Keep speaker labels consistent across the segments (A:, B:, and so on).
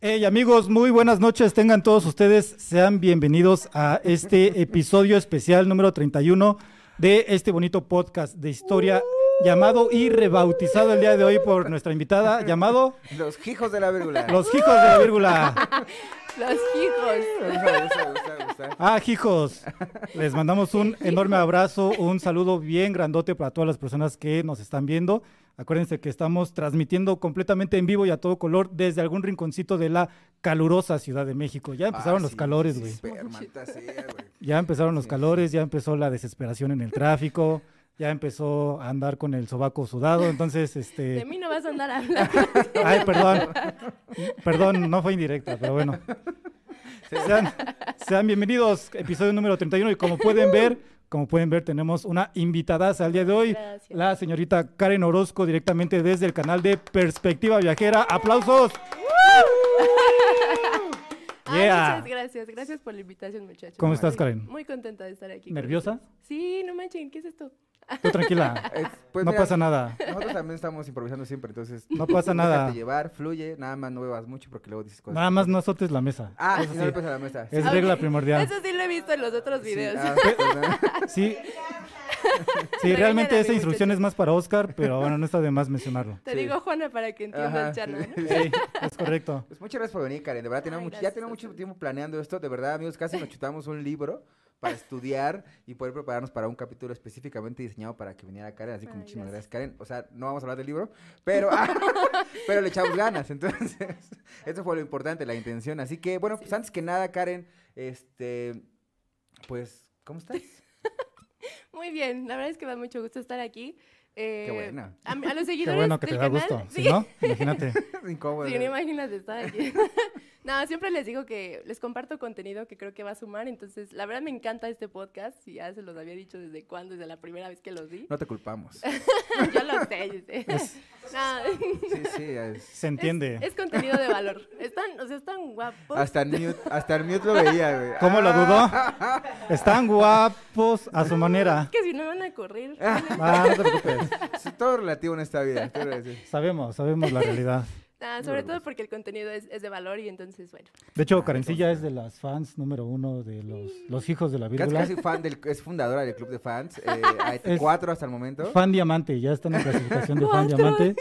A: Hey amigos, muy buenas noches. Tengan todos ustedes, sean bienvenidos a este episodio especial número 31 de este bonito podcast de historia llamado y rebautizado el día de hoy por nuestra invitada llamado
B: Los hijos de la vírgula.
A: Los hijos de la vírgula.
C: Los hijos.
B: Usa, usa, usa, usa.
A: Ah, hijos. Les mandamos un enorme abrazo, un saludo bien grandote para todas las personas que nos están viendo. Acuérdense que estamos transmitiendo completamente en vivo y a todo color desde algún rinconcito de la calurosa Ciudad de México. Ya empezaron
B: Ah,
A: los
B: sí,
A: calores,
B: sí,
A: güey.
B: sí, maldita sea, güey.
A: Ya empezaron los
B: Sí.
A: calores, ya empezó la desesperación en el tráfico, ya empezó a andar con el sobaco sudado, entonces,
C: De
A: este...
C: mí no vas a andar hablando.
A: Ay, perdón, perdón, no fue indirecta, pero bueno. Sean, sean bienvenidos, episodio número 31, y como pueden ver, como pueden ver, tenemos una invitada al día de hoy,
C: Gracias.
A: la señorita Karen Orozco, directamente desde el canal de Perspectiva Viajera. ¡Aplausos!
C: Ay,
A: Yeah.
C: muchas gracias. Gracias por la invitación, muchachos.
A: ¿Cómo estás,
C: Estoy
A: Karen?
C: Muy contenta de estar aquí. con
A: ¿Nerviosa?
C: ustedes. Sí, no manchen, ¿qué es esto?
A: Tú tranquila,
B: Es- pues
A: no
B: mira,
A: pasa nada,
B: Nosotros también estamos improvisando siempre, entonces.
A: no pasa
B: Déjate
A: nada.
B: llevar, fluye, nada más no bebas mucho porque luego dices cosas.
A: Nada más no azotes la mesa.
B: Ah,
A: Eso
B: y no le
A: sí.
B: pesa la mesa.
A: Es
C: Ah,
A: regla
C: ok.
A: primordial.
C: Eso sí lo he visto en los otros
B: Sí,
C: videos.
B: ah, perdón.
A: Sí, sí,
C: Regañan a
A: realmente
C: mi
A: esa instrucción
C: muchacho.
A: es más para Oscar, pero bueno, no está de más mencionarlo.
C: Te
B: sí.
C: digo, Juana, para que
B: Ajá,
C: entiendas, Chano. ¿no?
A: Sí,
B: sí.
A: es correcto.
B: Pues muchas gracias por venir, Karen. De verdad, tenemos
C: Ay,
B: mucho- ya
C: gracias
B: tenemos
C: a
B: mucho
C: ustedes.
B: tiempo planeando esto. De verdad, amigos, casi nos chutamos un libro para estudiar y poder prepararnos para un capítulo específicamente diseñado para que viniera Karen. Así que
C: Ay,
B: muchísimas gracias.
C: gracias.
B: Karen. O sea, no vamos a hablar del libro, pero, pero le echamos ganas. Entonces, eso fue lo importante, la intención. Así que, bueno, pues antes que nada, Karen, este, pues, ¿cómo estás?
C: Muy bien, la verdad es que me da mucho gusto estar aquí. Eh,
B: Qué buena.
C: A, a los
A: Qué
C: seguidores
A: bueno que te
C: del
A: da
C: canal,
A: gusto.
C: sí.
A: Si no, imagínate.
B: Incómodo.
C: Sí, no imaginas estar aquí. no, siempre les digo que les comparto contenido que creo que va a sumar. Entonces, la verdad me encanta este podcast. Y ya se los había dicho desde cuándo, desde la primera vez que los di.
B: No te culpamos.
C: yo lo sé, yo sé. No,
B: Sí, sí. es-
A: Se
C: es,
A: entiende.
C: es contenido de valor. Están, o sea, están guapos.
B: Hasta el mute, hasta el mute lo veía, güey.
A: ¿Cómo lo dudó? Están guapos a su manera.
C: Que si no van a correr.
B: Eh,
A: Ah, no te preocupes.
B: Es todo relativo en esta vida. quiero decir.
A: Sabemos, sabemos la realidad.
C: Ah, sobre todo porque el contenido es, es de valor y entonces, bueno.
A: De hecho, Karencilla es de las fans número uno de los, los hijos de la
B: Casi,
A: vírgula.
B: casi fan del, es fundadora del club de fans. Eh, hay
A: Es-
B: cuatro hasta el momento.
A: Fan diamante, ya están en clasificación de fan
C: Cuatro,
A: diamante.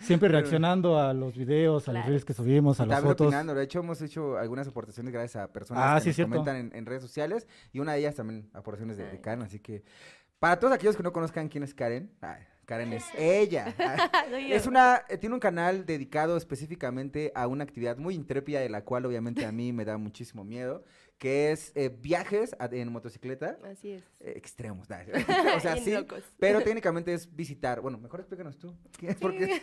A: Siempre reaccionando a los videos, a los
C: Claro.
A: reels que subimos, a las
B: También
A: fotos.
B: opinando. De hecho, hemos hecho algunas aportaciones gracias a personas
A: Ah,
B: que
A: sí,
B: nos
A: cierto.
B: comentan en, en redes sociales. Y una de ellas también aportaciones de, de
C: Ay.
B: Karen. Así que, para todos aquellos que no conozcan quién es Karen, ay, Karen es ella.
C: Soy yo.
B: Es una, eh, tiene un canal dedicado específicamente a una actividad muy intrépida de la cual obviamente a mí me da muchísimo miedo, que es eh, viajes a- en motocicleta
C: Así es.
B: eh, extremos. nah, o sea,
C: Bien
B: sí,
C: locos.
B: pero técnicamente es visitar. Bueno, mejor explícanos tú. ¿qué es? Porque,
C: Sí.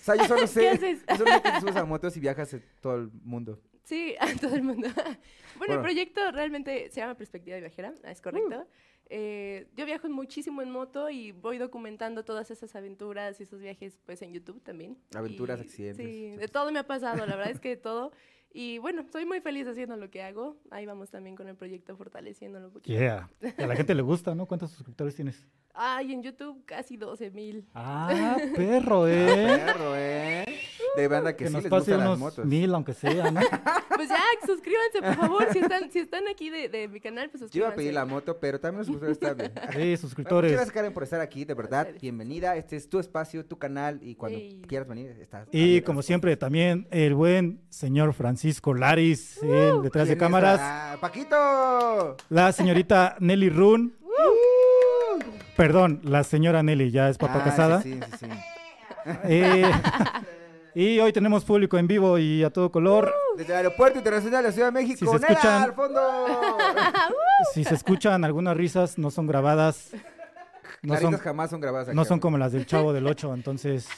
B: o sea, yo solo sé,
C: haces?
B: yo solo sé que te subes a motos y viajas en todo el mundo.
C: Sí, a todo el mundo. bueno,
B: Bueno. Mm.
C: el proyecto realmente se llama Perspectiva de Viajera, ah, es correcto. Eh, yo viajo muchísimo en moto y voy documentando todas esas aventuras y esos viajes pues en YouTube también.
B: Aventuras,
C: Y-
B: accidentes,
C: Sí, de
B: etcétera.
C: todo me ha pasado, la verdad es que de todo. Y bueno, soy muy feliz haciendo lo que hago. Ahí vamos también con el proyecto fortaleciéndolo un poquito.
A: Yeah. A la gente le gusta, ¿no? ¿Cuántos suscriptores tienes?
C: Ay, en YouTube casi 12 mil.
A: Ah, perro, eh.
B: Perro, ¿eh? De banda que,
A: que
B: sí
A: nos
B: les
A: pase
B: gustan las
A: unos
B: motos.
A: mil, aunque sea, ¿no?
C: Pues ya, suscríbanse, por favor. Si están, si están aquí de, de mi canal, pues suscríbanse.
B: Yo iba a pedir la moto, pero también los ustedes están bien. Bueno,
A: Sí,
B: Muchas
A: suscriptores.
B: gracias, Karen, por estar aquí, de verdad.
C: ustedes.
B: Bienvenida. Este es tu espacio, tu canal, y cuando
C: Yay.
B: quieras venir, estás.
A: Y como siempre, también el buen señor Francisco Laris, él detrás de cámaras.
B: Ah, ¡Paquito!
A: La señorita Nelly Run. Uh. Perdón, la señora Nelly, ya es papá
B: Ah, sí,
A: casada.
B: Sí, sí, sí.
A: Eh, y hoy tenemos público en vivo y a todo color.
B: Desde el Aeropuerto Internacional de la Ciudad de México,
A: Si se
B: Nela,
A: escuchan-
B: al fondo.
A: Si se escuchan algunas risas, no son grabadas. No
B: Las risas
A: son,
B: jamás son grabadas.
A: no
B: aquí,
A: son
B: amigo.
A: como las del Chavo del Ocho, entonces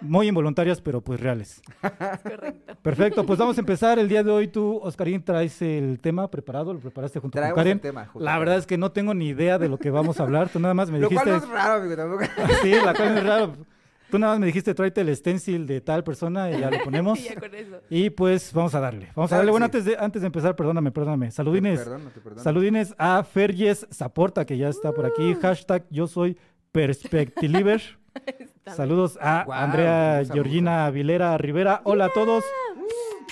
A: muy involuntarias, pero pues reales.
C: Es correcto.
A: Perfecto, pues vamos a empezar el día de hoy. Tú, Oscarín, traes el tema preparado, lo preparaste junto
B: Traemos
A: con Karen.
B: el tema, justo.
A: La verdad es que no tengo ni idea de lo que vamos a hablar. Tú nada más me
B: Lo
A: dijiste.
B: cual no es raro, amigo, tampoco.
A: Sí, la cual no es raro. Tú nada más me dijiste tráete el stencil de tal persona y ya lo ponemos.
C: Y ya con eso.
A: y pues vamos a darle. Vamos a
B: Claro
A: darle. Bueno,
B: que sí.
A: antes de, antes de empezar, perdóname, perdóname.
B: Te
A: Saludines.
B: perdono, te perdono.
A: Saludines a Ferges Zaporta, que ya está por aquí.
C: Uh.
A: Hashtag yo soy Perspectiliver.
C: También.
A: Saludos a
B: Guau,
A: Andrea
B: un saludo.
A: Georgina Vilera Rivera. Hola a todos.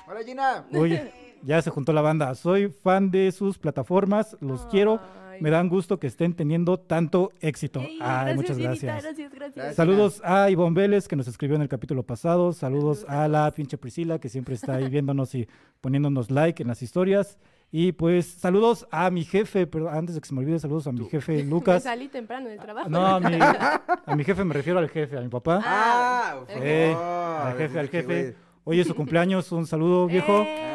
B: Hola Gina.
A: Uy, ya se juntó la banda. Soy fan de sus plataformas, los quiero.
C: Ay.
A: Me dan gusto que estén teniendo tanto éxito.
C: Ey,
A: Ay, muchas
C: Dianita,
A: gracias.
C: gracias, gracias.
B: Gracias.
A: Saludos a Ivonne Vélez, que nos escribió en el capítulo pasado. Saludos a la pinche Priscila, que siempre está ahí viéndonos y poniéndonos like en las historias. Y pues saludos a mi jefe, pero antes de que se me olvide, saludos a mi jefe
C: Me
A: Lucas.
C: salí temprano del trabajo. ¡Eh!
A: No, a mi, a mi jefe me refiero al jefe, a mi papá.
B: Ah, por
A: Ey,
B: favor.
A: al jefe, al
B: Dije, ah, güey.
A: jefe. Hoy es su cumpleaños, un saludo viejo.
C: ¡Eh!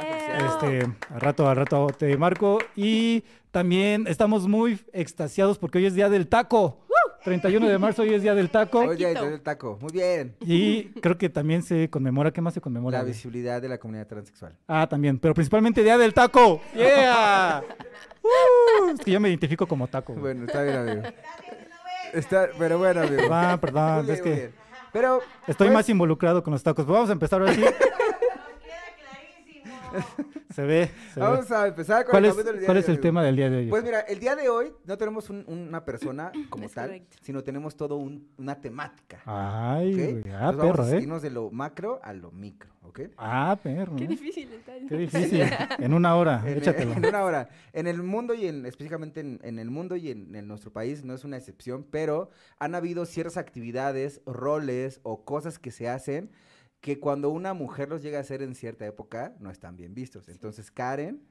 A: Este, al rato, al rato te marco. Y también estamos muy extasiados porque hoy es día del taco. 31 de marzo, hoy es día del taco.
B: Oye,
C: Taquito.
B: el taco. Muy bien.
A: Y creo que también se conmemora, ¿qué más se conmemora?
B: La
A: güey?
B: visibilidad de la comunidad transexual.
A: Ah, también, pero principalmente Día del Taco. ¡Yeah! Uh, es que yo me identifico como taco. güey.
B: Bueno, está bien, amigo. Está, pero bueno, amigo.
A: Perdón,
B: Muy
A: perdón,
B: bien,
A: es
B: muy
A: que
B: bien. Pero
A: estoy
B: pues,
A: más involucrado con los tacos. Pero vamos a empezar ahora sí.
D: Queda clarísimo.
A: Se ve, se ve.
B: vamos a empezar con
A: ¿Cuál
B: el
A: es,
B: capítulo del día
A: cuál
B: de
A: es
B: hoy,
A: el
B: amigo.
A: tema del día de hoy?
B: Pues mira, el día de hoy no tenemos un- una persona como
C: Es
B: tal,
C: correcto.
B: sino tenemos todo un- una temática.
A: Ay,
B: ¿ok?
A: güey, ah,
B: Entonces
A: perro,
B: vamos a
A: ¿eh?
B: irnos de lo macro a lo micro, ¿ok?
A: Ah, perro.
C: Qué
A: ¿eh?
C: difícil está.
A: Qué difícil. En una hora,
B: En, eh,
A: échatelo.
B: en una hora. En el mundo y en, específicamente en, en el mundo y en, en nuestro país no es una excepción, pero han habido ciertas actividades, roles o cosas que se hacen que cuando una mujer los llega a hacer en cierta época no están bien vistos. Entonces Karen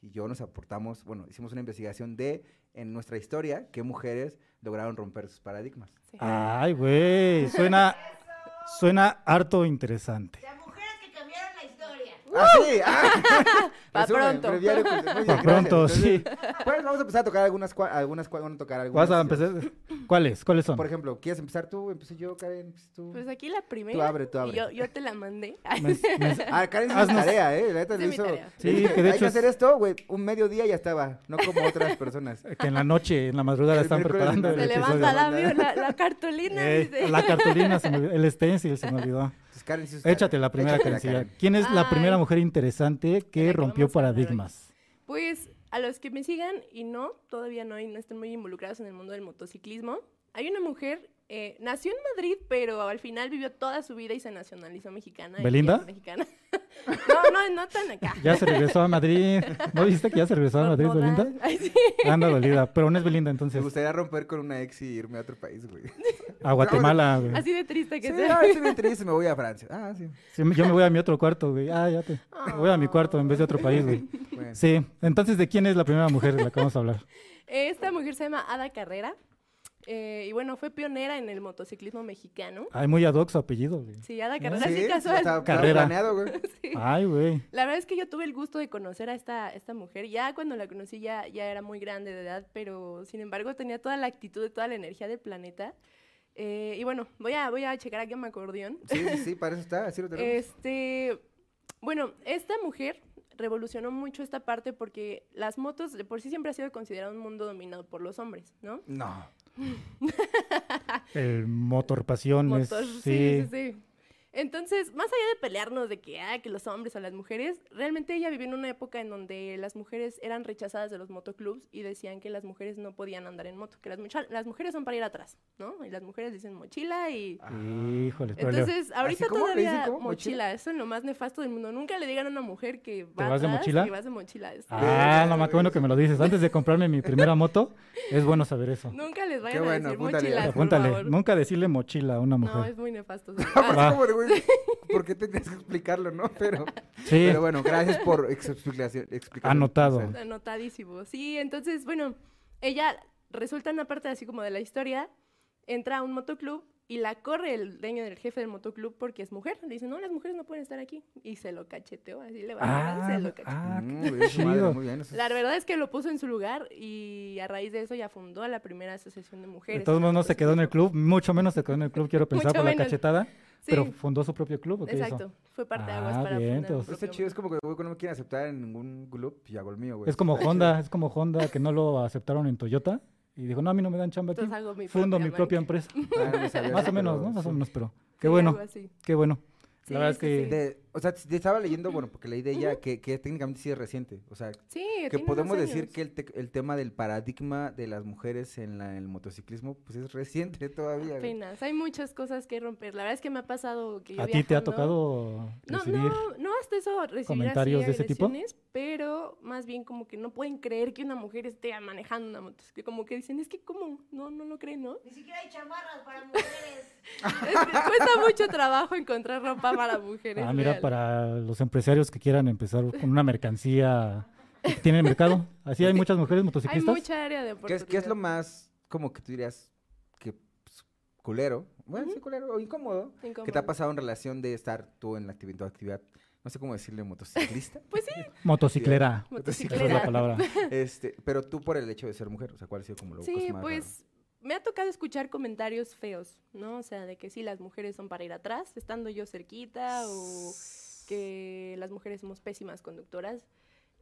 B: y yo nos aportamos, bueno, hicimos una investigación de en nuestra historia qué mujeres lograron romper sus paradigmas.
C: Sí.
A: Ay, güey, suena, suena harto interesante.
D: Las mujeres que cambiaron la historia.
B: ¡Ah, sí! ¡Ah!
C: Pa'
B: Resumen,
C: pronto.
B: breviario, pues, muy bien,
A: Por pronto,
B: gracias.
A: sí.
B: Entonces, Pues vamos a empezar a tocar algunas, cua- algunas, cua- bueno, tocar algunas.
A: Vas a empezar. ¿Cuáles? ¿Cuáles son?
B: Por ejemplo, ¿quieres empezar tú? ¿Empecé yo, Karen? ¿Empecé tú?
C: Pues aquí la primera.
B: abre, tú abre.
C: y Yo, yo te la mandé.
A: Me- me-
B: Ah, Karen hizo su
A: Haznos-
B: tarea, ¿eh? La neta
C: Hice
B: lo
C: mi
B: hizo.
C: tarea.
A: Sí, que de
B: Hay
A: hecho
B: que
A: es-
B: hacer esto, güey. Un mediodía ya estaba, no como otras personas.
A: que en la noche, en la madrugada
B: El
A: están
B: miércoles en
A: preparando
B: la
A: el
C: Se
B: noche.
A: episodio.
C: levanta la, bio- la, la cartulina.
A: Ey,
C: dice.
A: la cartulina, se me olvidó, el stencil se me olvidó.
B: Entonces, Karen hizo su tarea.
A: Échate la primera
B: Échatela,
A: cancilla.
B: Karen.
A: ¿Quién es la primera
C: Ay.
A: mujer interesante
C: De
A: que
C: la que
A: rompió
C: vamos a hablar hoy.
A: paradigmas?
C: Pues a los que me sigan y no, todavía no, y no estén muy involucrados en el mundo del motociclismo, hay una mujer, eh, nació en Madrid, pero al final vivió toda su vida y se nacionalizó mexicana. y
A: ¿Belinda?
C: es mexicana. no, no, no tan acá.
A: Ya se regresó a Madrid. ¿No viste que ya se regresó a Madrid,
C: Por modal.
A: Belinda?
C: Ay, sí.
A: Anda dolida, pero no es Belinda
B: Me
A: entonces.
B: gustaría romper con una ex y irme a otro país, güey.
A: A Guatemala, güey.
C: Así de triste que
B: Sí,
C: sea.
B: ah, estoy bien triste, me voy a Francia. Ah, sí.
A: Sí, yo me voy a mi otro cuarto, güey. Ah, ya te. Me voy a mi cuarto en vez de otro país, güey.
B: Bueno.
A: Sí. Entonces, ¿de quién es la primera mujer de la que vamos a hablar?
C: Esta mujer se llama Ada Carrera. eh, y bueno, fue pionera en el motociclismo mexicano.
A: Ay, muy ad hoc su apellido, güey.
C: Sí, Ada Carrera,
B: Sí,
C: sí,
B: está-
C: casual.
B: está
A: Carrera.
B: planeado, güey.
C: Sí.
A: Ay, güey.
C: La verdad es que yo tuve el gusto de conocer a esta, esta mujer. Ya cuando la conocí ya, ya era muy grande de edad, pero sin embargo tenía toda la actitud, toda la energía del planeta. Eh, y bueno, voy a, voy a checar aquí a mi acordeón.
B: Sí, sí, sí, para eso está, así lo tenemos.
C: Este, bueno, esta mujer revolucionó mucho esta parte porque las motos de por sí siempre ha sido considerado un mundo dominado por los hombres, ¿no?
B: No.
C: Ah.
A: El motor pasiones.
C: Motor,
A: sí.
C: sí, sí, sí. Entonces, más allá de pelearnos de que, ah, que los hombres o las mujeres, realmente ella vivió en una época en donde las mujeres eran rechazadas de los motoclubs y decían que las mujeres no podían andar en moto, que las, mucha- las mujeres son para ir atrás, ¿no? Y las mujeres dicen mochila y...
A: Híjole, pero le-
C: Entonces, ahorita
B: cómo? ¿Le dicen
C: todavía
B: cómo?
C: mochila,
B: ¿Mochila?
C: eso es lo más nefasto del mundo. Nunca le digan a una mujer que va
A: vas de
C: atrás,
A: mochila?
C: que vas de mochila. eso.
A: Ah, no,
B: Ah,
A: más qué bueno que me lo dices. Antes de comprarme mi primera moto, es bueno saber eso.
C: Nunca les vayan
B: bueno,
C: a decir
B: apúntale.
C: mochilas, por
A: Apúntale,
C: favor.
A: nunca decirle mochila a una
C: no,
A: mujer.
C: es muy nefasto.
B: Pues,
C: Ah,
B: como de, güey, ¿Por qué te tienes que explicarlo, no? Pero,
A: Sí,
B: pero bueno, gracias por ex- explicación. explicación.
A: Anotado.
B: Exacto.
C: Anotadísimo. Sí, entonces, bueno, ella resulta una parte así como de la historia, entra a un motoclub y la corre el dueño del jefe del motoclub porque es mujer. Le dice, no, las mujeres no pueden estar aquí. Y se lo cacheteó, así le va
A: ah,
C: se lo cacheteó.
A: ah,
B: Mm, güey, su madre,
A: chido.
B: muy bien, eso es-
C: La verdad es que lo puso en su lugar y a raíz de eso ya fundó la primera asociación de mujeres.
A: de todos modos no se quedó en el club, mucho menos se quedó en el club, quiero pensar
C: Mucho
A: por la
C: menos.
A: cachetada,
C: Sí,
A: pero fundó su propio club, ¿o qué hizo?
C: exacto. Fue parte de Aguas
A: Ah,
C: para
A: bien,
C: fundar un
A: entonces-
B: Está
C: propio-
B: chido, es como que güey, cuando no me quieren aceptar en ningún club, yo hago el mío, güey.
A: Es como
B: Está chido.
A: Honda, es como Honda que no lo aceptaron en Toyota y dijo, no, a mí no me dan chamba aquí,
C: Entonces hago mi
A: fundo
C: propia
A: mi propia empresa.
B: Ah, no me sabía
A: Más
B: eso,
A: o menos,
B: pero
A: ¿no? Más o
B: sí.
A: menos, pero
C: Sí,
A: qué bueno,
C: algo así.
A: qué bueno.
C: Sí,
A: la verdad es
C: sí,
A: que
C: sí.
B: De- o sea, te estaba leyendo, bueno, porque leí de ella que, que técnicamente sí es reciente. O sea,
C: Sí,
B: que
C: tiene
B: podemos
C: unos
B: decir
C: años.
B: que el, te- el tema del paradigma de las mujeres en, la- en el motociclismo, pues es reciente todavía. güey.
C: Apenas, hay muchas cosas que romper. La verdad es que me ha pasado que yo
A: ¿A ti te ha
C: viajando-
A: tocado
C: No,
A: recibir?
C: no, no hasta eso recibir
A: comentarios de
C: así
A: ese tipo?
C: agresiones, pero más bien como que no pueden creer que una mujer esté manejando una moto. Es que como que dicen, es que cómo, no, no lo creen, ¿no?
D: Ni siquiera hay chamarras para mujeres.
C: Es que cuesta mucho trabajo encontrar ropa para mujeres.
A: Ah, mira,
C: real.
A: para los empresarios que quieran empezar con una mercancía que tiene el mercado. Así hay muchas mujeres
C: Hay
A: motociclistas.
C: mucha área de
B: ¿Qué
C: oportunidad.
B: es, ¿Qué es lo más, como que tú dirías, que pues, culero? Bueno, sí, culero, o incómodo. ¿Qué te
C: Incómodo.
B: ha pasado en relación de estar tú en la actividad, tu actividad, no sé cómo decirle, motociclista?
C: Pues sí,
A: Motociclera. Esa es la
C: motociclera.
A: palabra.
B: este, pero tú por el hecho de ser mujer, o sea, ¿cuál ha sido como lo cosa
C: Sí,
B: más
C: pues me ha tocado escuchar comentarios feos, ¿no? O sea, de que sí, las mujeres son para ir atrás, estando yo cerquita, o que las mujeres somos pésimas conductoras.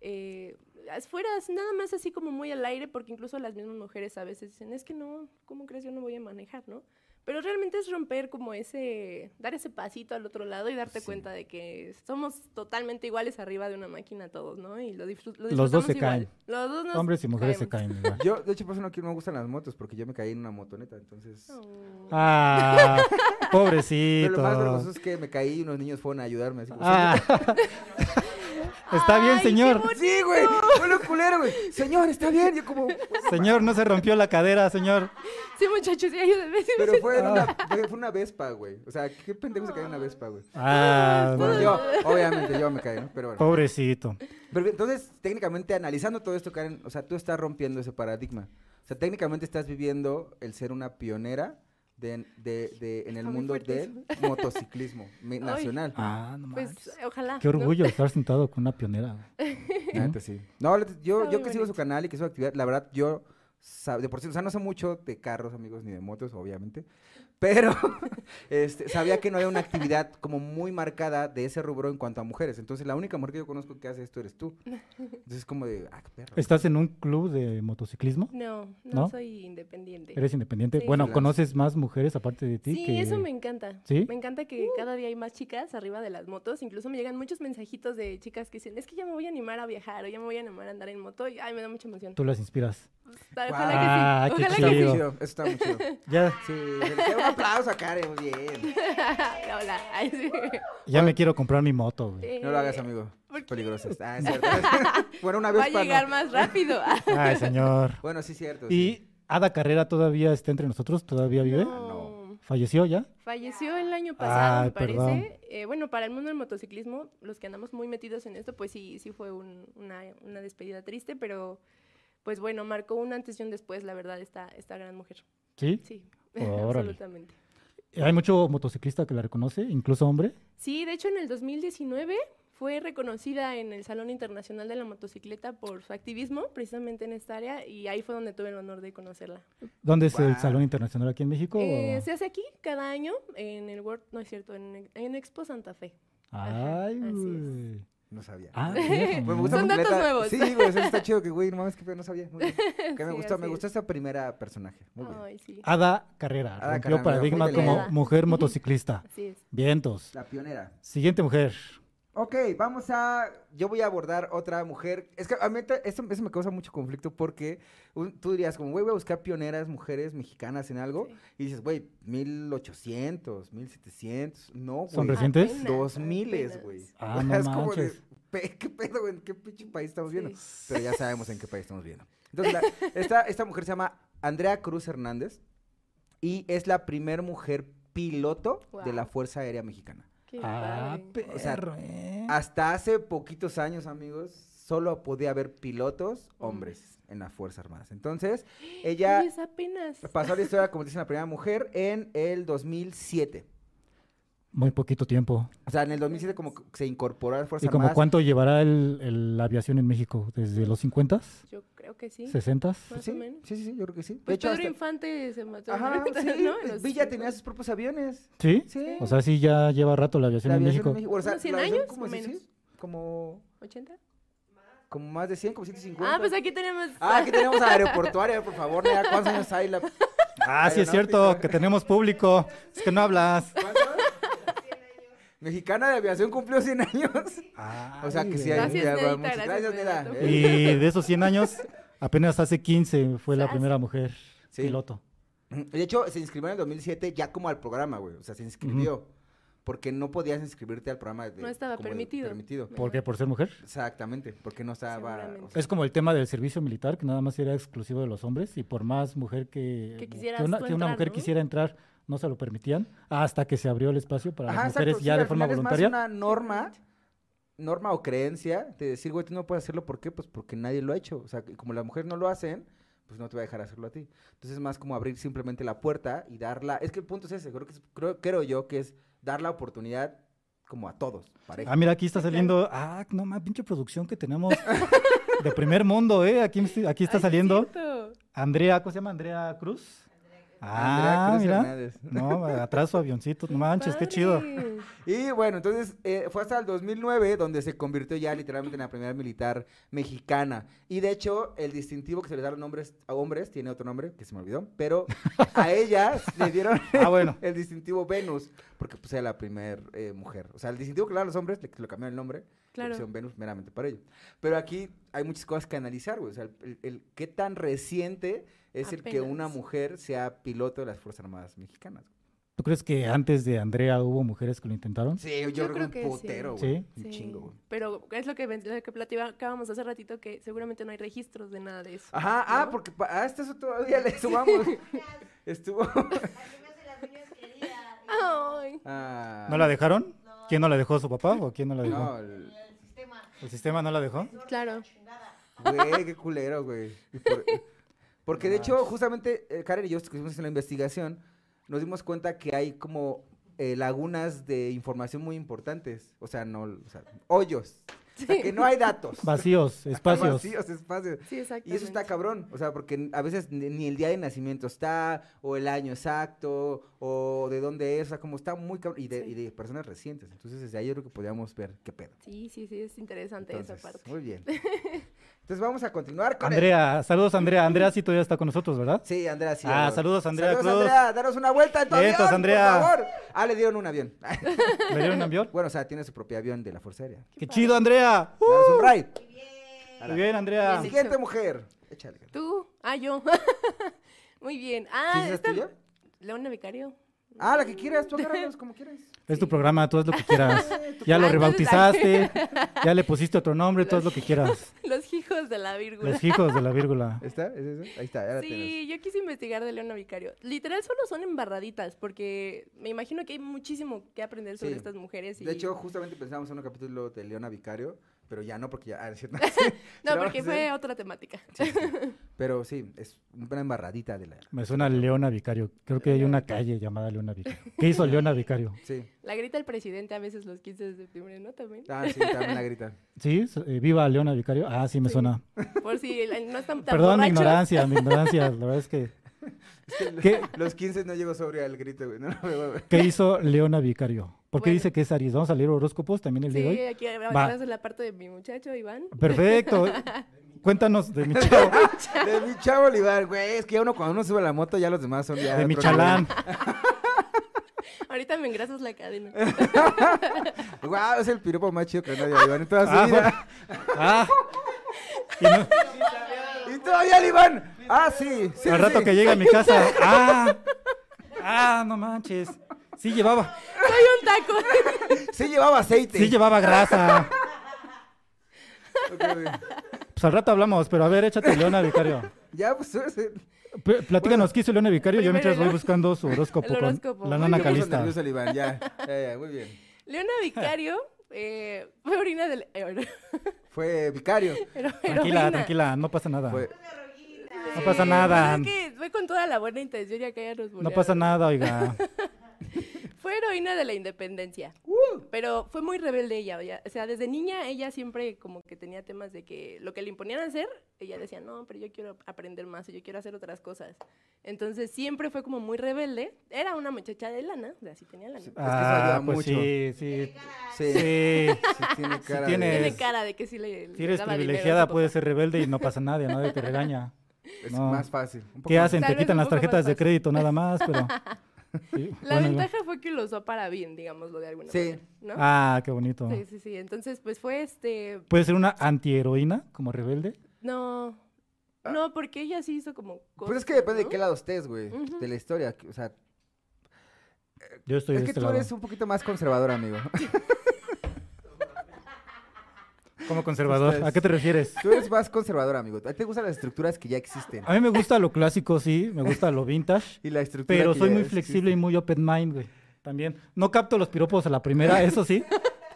C: Eh, as- fuera, así, nada más así como muy al aire, porque incluso las mismas mujeres a veces dicen, es que no, ¿cómo crees yo no voy a manejar, no? Pero realmente es romper como ese, dar ese pasito al otro lado y darte
B: Sí.
C: cuenta de que somos totalmente iguales arriba de una máquina todos, ¿no? Y lo, disfrut- lo
A: Los dos
C: disfrutamos
A: se
C: igual.
A: caen.
C: Los dos nos
A: Hombres y mujeres se
C: caemos.
A: caen. ¿verdad?
B: rara? Yo, de hecho, por eso no, quiero- no me gustan las motos, porque yo me caí en una motoneta, entonces...
C: Oh.
A: Ah,
B: Pero lo más vergonzoso
A: pobrecito.
B: es que me caí y unos niños fueron a ayudarme. Así, como,
A: Ah. Está bien,
C: Ay, qué
A: señor.
C: bonito.
B: Sí, güey, fue lo culero, güey. Señor, está bien. Yo como,
A: Señor, no se rompió la cadera, señor.
C: Sí, muchachos, sí, ayúdenme. sí,
B: pero
C: sí.
B: fue, en una, fue una Vespa, güey. O sea, qué pendejo se cae en una Vespa, güey.
A: Ah,
B: Bueno,
A: no.
B: yo, obviamente, yo me caí, ¿no? Pero bueno.
A: pobrecito.
B: Pero entonces, técnicamente, analizando todo esto, Karen, o sea, tú estás rompiendo ese paradigma. O sea, técnicamente estás viviendo el ser una pionera de, de- de- en el
C: muy
B: mundo
C: fuerte
B: del motociclismo me-
C: Ay.
B: nacional.
A: Ah, no manches.
C: Pues ojalá.
A: Qué
C: ¿no?
A: orgullo estar sentado con una pionera. güey.
B: La neta, sí. No, la neta, yo,
C: Está
B: yo
C: muy
B: que sigo su
C: bonito.
B: canal y que su actividad, la verdad, yo, sab- de por sí, o sea, no sé mucho de carros, amigos, ni de motos, obviamente, pero este, sabía que no había una actividad como muy marcada de ese rubro en cuanto a mujeres. Entonces, la única mujer que yo conozco que hace esto eres tú. Entonces, es como de, ah, qué perro.
A: ¿Estás en un club de motociclismo?
C: No, no,
A: ¿No?
C: soy independiente.
A: ¿Eres independiente?
C: Sí.
A: Bueno,
B: Freelance.
A: ¿conoces más mujeres aparte de ti?
C: Sí,
A: que-
C: eso me encanta.
A: ¿Sí? Uh.
C: Me encanta que cada día hay más chicas arriba de las motos. Incluso me llegan muchos mensajitos de chicas que dicen, es que ya me voy a animar a viajar o ya me voy a animar a andar en moto. Y, ay, me da mucha emoción.
A: Tú las inspiras.
C: Ojalá
A: Guau,
C: que sí.
A: qué
C: Ojalá
B: Está
C: que
B: muy
A: chido.
C: sí.
B: chido, eso está muy chido.
A: Ya,
B: Sí, se le queda un aplauso a Karen, muy bien.
C: Hola. Ay, sí.
A: ya me quiero comprar mi moto, güey.
B: No lo hagas, amigo.
C: ¿por qué?
B: Peligroso. Ah, es cierto. bueno, una
C: Va
B: vez
C: a llegar más rápido.
A: Ay, señor.
B: Bueno, sí, cierto. sí.
A: ¿Y Ada Carrera todavía está entre nosotros? ¿Todavía
B: Ah,
A: vive?
C: No.
A: ¿Falleció ya?
C: Falleció el año pasado,
A: Ay,
C: me parece.
A: perdón.
C: Eh, bueno, para el mundo del motociclismo, los que andamos muy metidos en esto, pues sí, sí fue un- una, una despedida triste, pero pues bueno, marcó un antes y un después, la verdad, esta, esta gran mujer.
A: ¿Sí?
C: Sí,
A: Órale.
C: absolutamente.
A: Hay mucho motociclista que la reconoce, incluso hombre.
C: Sí, de hecho en el 2019 fue reconocida en el Salón Internacional de la Motocicleta por su activismo, precisamente en esta área, y ahí fue donde tuve el honor de conocerla.
A: ¿Dónde es el
B: Guau.
A: Salón Internacional aquí en México?
C: Eh,
A: o-
C: se hace aquí cada año en el World, no es cierto, en, en Expo Santa Fe. ajá,
A: Ay,
C: así es.
A: güey.
B: No sabía.
A: Ah, mira,
B: Pues me
A: no manches.
B: gusta
C: Son
B: mucho la
C: datos
B: neta-
C: nuevos.
B: Sí, güey, eso está chido que, güey, no mames, que no sabía. Muy bien. Que me
C: Sí,
B: gustó, me
C: así
B: gustó esa primera personaje. Muy bien.
C: Ay, sí,
A: Ada Carrera,
B: Ada
A: rompió
B: Carrera,
A: paradigma
B: muy
A: como
C: delgada.
A: mujer motociclista.
C: así es.
A: Vientos.
B: La pionera.
A: Siguiente mujer.
B: Ok, vamos a. Yo voy a abordar otra mujer. Es que a mí te- eso, eso me causa mucho conflicto porque un- tú dirías, como, güey, voy a buscar pioneras mujeres mexicanas en algo.
C: Sí.
B: Y dices, güey, 1800, 1700. No, güey.
A: Son recientes.
C: Apenas.
B: Dos miles,
C: Apenas.
B: güey.
A: Ah,
B: O sea,
A: no
B: es como de,
A: manches.
B: pe- ¿qué pedo, güey? ¿En qué pinche país estamos viendo?
C: Sí.
B: Pero ya sabemos en qué país estamos viendo. Entonces, la- esta, esta mujer se llama Andrea Cruz Hernández y es la primer mujer piloto de la
C: Guau.
B: Fuerza Aérea Mexicana.
C: Qué
A: Ah,
C: padre.
B: O sea, ah.
A: perro, eh.
B: Hasta hace poquitos años, amigos, solo podía haber pilotos hombres en las Fuerzas Armadas. Entonces, ella
C: Oye, es apenas.
B: pasó a la historia como dicen la primera mujer en el 2007.
A: Muy poquito tiempo.
B: O sea, en el 2007 como que se incorporó a
A: ¿Y
B: las Fuerzas
A: como
B: Armadas.
A: cuánto llevará el, el- la aviación en México? ¿Desde los 50s?
C: Yo creo que sí. Pues,
A: ¿60s?
C: Más
B: Pues sí,
C: o menos.
B: sí, sí, sí, yo creo que sí. De
C: Pues
B: hecho,
C: Pedro
B: hasta-
C: Infante se mató. en
B: Ajá,
C: Argentina,
B: sí,
C: ¿no? En
B: pues,
C: los
B: Villa
C: 50.
B: tenía sus propios aviones.
A: ¿Sí?
B: Sí.
A: O sea, sí ya lleva rato la aviación,
B: La
A: en,
B: aviación
A: México.
B: en México. O sea,
C: ¿Unos 100
B: la aviación
C: años
B: como
C: o
B: si- sí,
C: menos?
B: Como,
C: ¿80?
B: como más de 100, como 150.
C: Ah, pues aquí tenemos.
B: Ah, aquí tenemos a Aeroportuaria, por favor, nea, ¿cuántos años hay? La...
A: Ah, sí es
B: Aeronáutica.
A: cierto, que tenemos público. Es que no hablas.
B: ¿Cuántos? Mexicana de Aviación cumplió 100 años. O sea que sí hay
C: Gracias,
B: hay-
C: Nedita,
B: muchas
C: gracias,
B: Gracias, Neda.
C: Nedato.
B: Eh,
A: Y de esos 100 años, apenas hace 15 fue la
C: Sas.
A: primera mujer
B: Sí.
A: piloto.
B: De hecho, se inscribió en el 2007 ya como al programa, güey. O sea, se inscribió. Porque no podías inscribirte al programa. de-
C: No estaba
B: como de-
C: permitido.
B: permitido.
A: ¿Por qué? ¿Por ser mujer?
B: Exactamente, porque no estaba...
C: Seguramente.
A: Es como el tema del servicio militar, que nada más era exclusivo de los hombres, y por más mujer que,
C: Que
A: mu-
C: quisieras
A: una,
C: tú
A: que una
C: entrar,
A: mujer
C: ¿no?
A: quisiera entrar, no se lo permitían, hasta que se abrió el espacio para las
B: exacto,
A: mujeres
B: sí,
A: ya de
B: al
A: forma
B: final
A: voluntaria.
B: Es más una norma, norma o creencia de decir, güey, tú no puedes hacerlo, ¿por qué? Pues porque nadie lo ha hecho. O sea, que como las mujeres no lo hacen, pues no te va a dejar hacerlo a ti. Entonces es más como abrir simplemente la puerta y darla. Es que el punto es ese, creo, que es- creo, creo yo que es dar la oportunidad como a todos, pareja.
A: Ah, mira, aquí está
C: Sí, claro.
A: saliendo. Ah, no más, pinche producción que tenemos de primer mundo, ¿eh? Aquí, me estoy- aquí está
C: Ay, sí,
A: saliendo
C: cierto.
A: Andrea, ¿cómo se llama? Andrea Cruz.
B: Andrea
A: Ah,
B: Cruz
A: mira.
B: Hernández.
A: No, atrás su avioncito, no manches, qué chido.
C: Padre.
B: Y bueno, entonces eh, fue hasta el 2009 donde se convirtió ya literalmente en la primera militar mexicana. Y de hecho, el distintivo que se le da a los hombres, a hombres tiene otro nombre que se me olvidó, pero a ella le dieron
A: Ah, bueno.
B: el distintivo Venus, porque pues era la primera mujer. O sea, el distintivo que le dan a los hombres, le, le cambiaron el nombre, le
C: Claro.
B: pusieron Venus meramente para ello. Pero aquí hay muchas cosas que analizar, güey. O sea, el, el- el qué tan reciente es el que una
C: Apenas.
B: mujer sea piloto de las Fuerzas Armadas Mexicanas.
A: ¿Tú crees que antes de Andrea hubo mujeres que lo intentaron?
B: Sí, yo, creo, que un
C: sí.
B: putero,
A: Sí.
B: güey. Un
C: Sí,
B: chingo, güey.
C: Pero es lo que, ven- lo que platicábamos hace ratito, que seguramente no hay registros de nada de eso.
B: Ajá, ah,
C: ¿no?
B: porque pa- a este eso todavía le sumamos. Estuvo.
C: Ay,
B: Ah,
A: ¿No la dejaron? ¿Quién no la dejó? ¿Su papá o quién no la dejó?
B: No, el-
A: ¿El sistema no la dejó?
C: claro.
B: güey, qué culero, güey. Y por- Porque de hecho, justamente eh, Karen y yo que hicimos la investigación, nos dimos cuenta que hay como eh, lagunas de información muy importantes. O sea, no, o sea, hoyos. O sea, que no hay datos.
A: Vacíos, espacios.
B: Vacíos, espacios.
C: Sí, exacto.
B: Y eso está cabrón, o sea, porque n- a veces ni ni el día de nacimiento está, o el año exacto, o de dónde es, o sea, como está muy cabrón, y de,
C: Sí.
B: y de personas recientes. Entonces, desde ahí yo creo que podíamos ver qué pedo.
C: Sí, sí, sí, es interesante
B: Entonces,
C: esa parte.
B: muy bien. Entonces, vamos a continuar con el-
A: Andrea, saludos Andrea. Andrea sí todavía está con nosotros, ¿verdad?
B: Sí, Andrea, sí.
A: Ah,
B: a huevo.
A: saludos, Andrea
B: Saludos,
A: Cruz.
B: Andrea, danos una vuelta en tu
A: Vientos,
B: avión,
A: Andrea.
B: por favor. Ah, le dieron un avión.
A: ¿Le dieron un avión?
B: bueno, o sea, tiene su propio avión de la Fuerza Aérea.
A: ¡Qué chido, Andrea! ¡Uh!
B: Danos un ride.
A: Muy bien, Andrea.
C: Bien dicho.
B: Siguiente mujer. Échale. ¿Sí
C: Tú, ah, yo. Muy bien. Ah,
B: es
C: esta-
B: tuya?
C: Leona Vicario.
B: Ah, la que quieras, tú agárralos como quieras. Eh,
A: Es tu programa, tú haz lo que quieras.
B: tu
A: Ya lo
C: Ah, entonces,
A: rebautizaste, ya le pusiste otro nombre, tú haz lo que quieras.
C: Los hijos de la Vírgula.
A: Los hijos de la vírgula.
B: ¿Está? ¿Es eso? Ahí está, ya la tienes.
C: Sí, yo quise investigar de Leona Vicario. Literal solo son embarraditas, porque me imagino que hay muchísimo que aprender sobre
B: Sí.
C: estas mujeres. Y...
B: De hecho, justamente pensábamos en un capítulo de Leona Vicario, pero ya no, porque ya. ah, es cierto.
C: no,
B: Pero vamos
C: porque
B: a
C: fue
B: hacer-
C: otra temática.
B: sí, sí. Pero sí, es una embarradita de la.
A: Me suena Leona Vicario. Creo que hay una calle llamada Leona Vicario. ¿Qué hizo Leona Vicario?
B: Sí.
C: La grita el presidente a veces los 15 de septiembre, ¿no? También.
B: Ah, sí, también la grita.
A: ¿Sí? Eh, ¿Viva Leona Vicario? Ah, sí, me
C: Sí.
A: suena.
C: Por si la- no están tan
A: Perdón mi
C: borrachos.
A: ignorancia, mi ignorancia. La verdad es que...
B: Es que lo-
A: ¿Qué?
B: Los 15 no llegó sobre al grito, güey. No, no, no, no.
A: ¿Qué hizo Leona Vicario? Porque
C: Bueno.
A: dice que es Aries. Vamos a leer horóscopos también el día de
C: Sí,
A: hoy.
C: aquí atrás de la parte de mi muchacho, Iván.
A: Perfecto. Cuéntanos de mi chavo,
B: De mi chavo Olivar, güey. Es que ya uno cuando uno sube a la moto, ya los demás son ya.
A: de mi
B: otro
A: chalán.
C: Ahorita me engrasas la cadena.
B: nivel. Guau, es el piropo más chido que nadie ha Iván en toda su
A: Ah,
B: vida.
A: Ah. Y no-
B: Y todavía el Iván. Ah, sí. sí,
A: al rato
B: sí.
A: que llega a mi casa. Ah. Ah, no manches. Sí llevaba,
C: Soy un taco.
B: Sí llevaba aceite.
A: sí llevaba grasa.
B: Ok, güey.
A: Pues al rato hablamos, pero a ver, échate Leona Vicario.
B: Ya, pues. súbese.
A: P- platícanos qué hizo Leona Vicario. Yo
C: primero
A: mientras voy
C: el-
A: buscando su horóscopo,
C: el horóscopo.
A: con la
C: Muy
A: nana
B: Ya puso
A: calista.
B: nervioso el Iván, ya. Ya, ya, muy bien.
C: Leona Vicario eh, fue orina del... Pero,
B: Fue vicario.
A: Tranquila, tranquila, no pasa nada.
B: Fue-
A: No pasa nada.
C: Es que fue con toda la buena intención y acá ya nos
A: No pasa
C: bulearon.
A: nada, oiga.
C: Fue heroína de la independencia.
B: ¡Uh!
C: Pero fue muy rebelde ella. oye, O sea, desde niña ella siempre como que tenía temas de que lo que le imponían hacer, ella decía, no, pero yo quiero aprender más o yo quiero hacer otras cosas. Entonces siempre fue como muy rebelde. Era una muchacha de lana, o sea, sí tenía lana.
A: Ah,
B: ayuda
A: pues
B: mucho.
A: sí, sí. Sí.
B: Sí. Sí tiene cara. de-
A: tiene-
C: Tiene
A: es-
C: cara de que sí le.
A: Si
C: le
A: eres
C: daba dinero a
A: privilegiada, pues.
C: su
A: puedes
C: papá.
A: ser rebelde y no pasa nada, nadie te regaña.
B: Es
A: No.
B: más fácil. un poco
A: ¿Qué
B: más-
A: hacen?
C: Tal
A: Te
C: vez
A: quitan
C: un
A: las
C: poco más
A: tarjetas de
C: fácil.
A: crédito nada más, pero Sí,
C: La
A: bueno,
C: ventaja fue que lo usó para bien, digámoslo de alguna
B: Sí.
C: manera, ¿no?
A: Ah, qué bonito.
C: Sí, sí, sí. Entonces, pues fue este,
A: ¿Puede ser una antiheroína como rebelde?
C: no, no, porque ella sí hizo como
B: Ah. Pues es que
C: cosas,
B: depende de
C: ¿no?
B: qué lado estés, güey,
C: Ujú.
B: de la historia. que- O sea,
A: Yo estoy
B: es
A: de
B: que
A: este
B: tú
A: lado.
B: eres un poquito más conservador, amigo.
A: Como conservador. ¿A qué te refieres?
B: Tú eres más conservador, amigo. A ti te gustan las estructuras que ya existen.
A: A mí me gusta lo clásico, sí, me gusta lo vintage,
B: Y la estructura
A: pero
B: que
A: soy
B: ya
A: muy
B: existe.
A: flexible y muy open mind, güey. También. No capto los piropos a la primera, eso sí,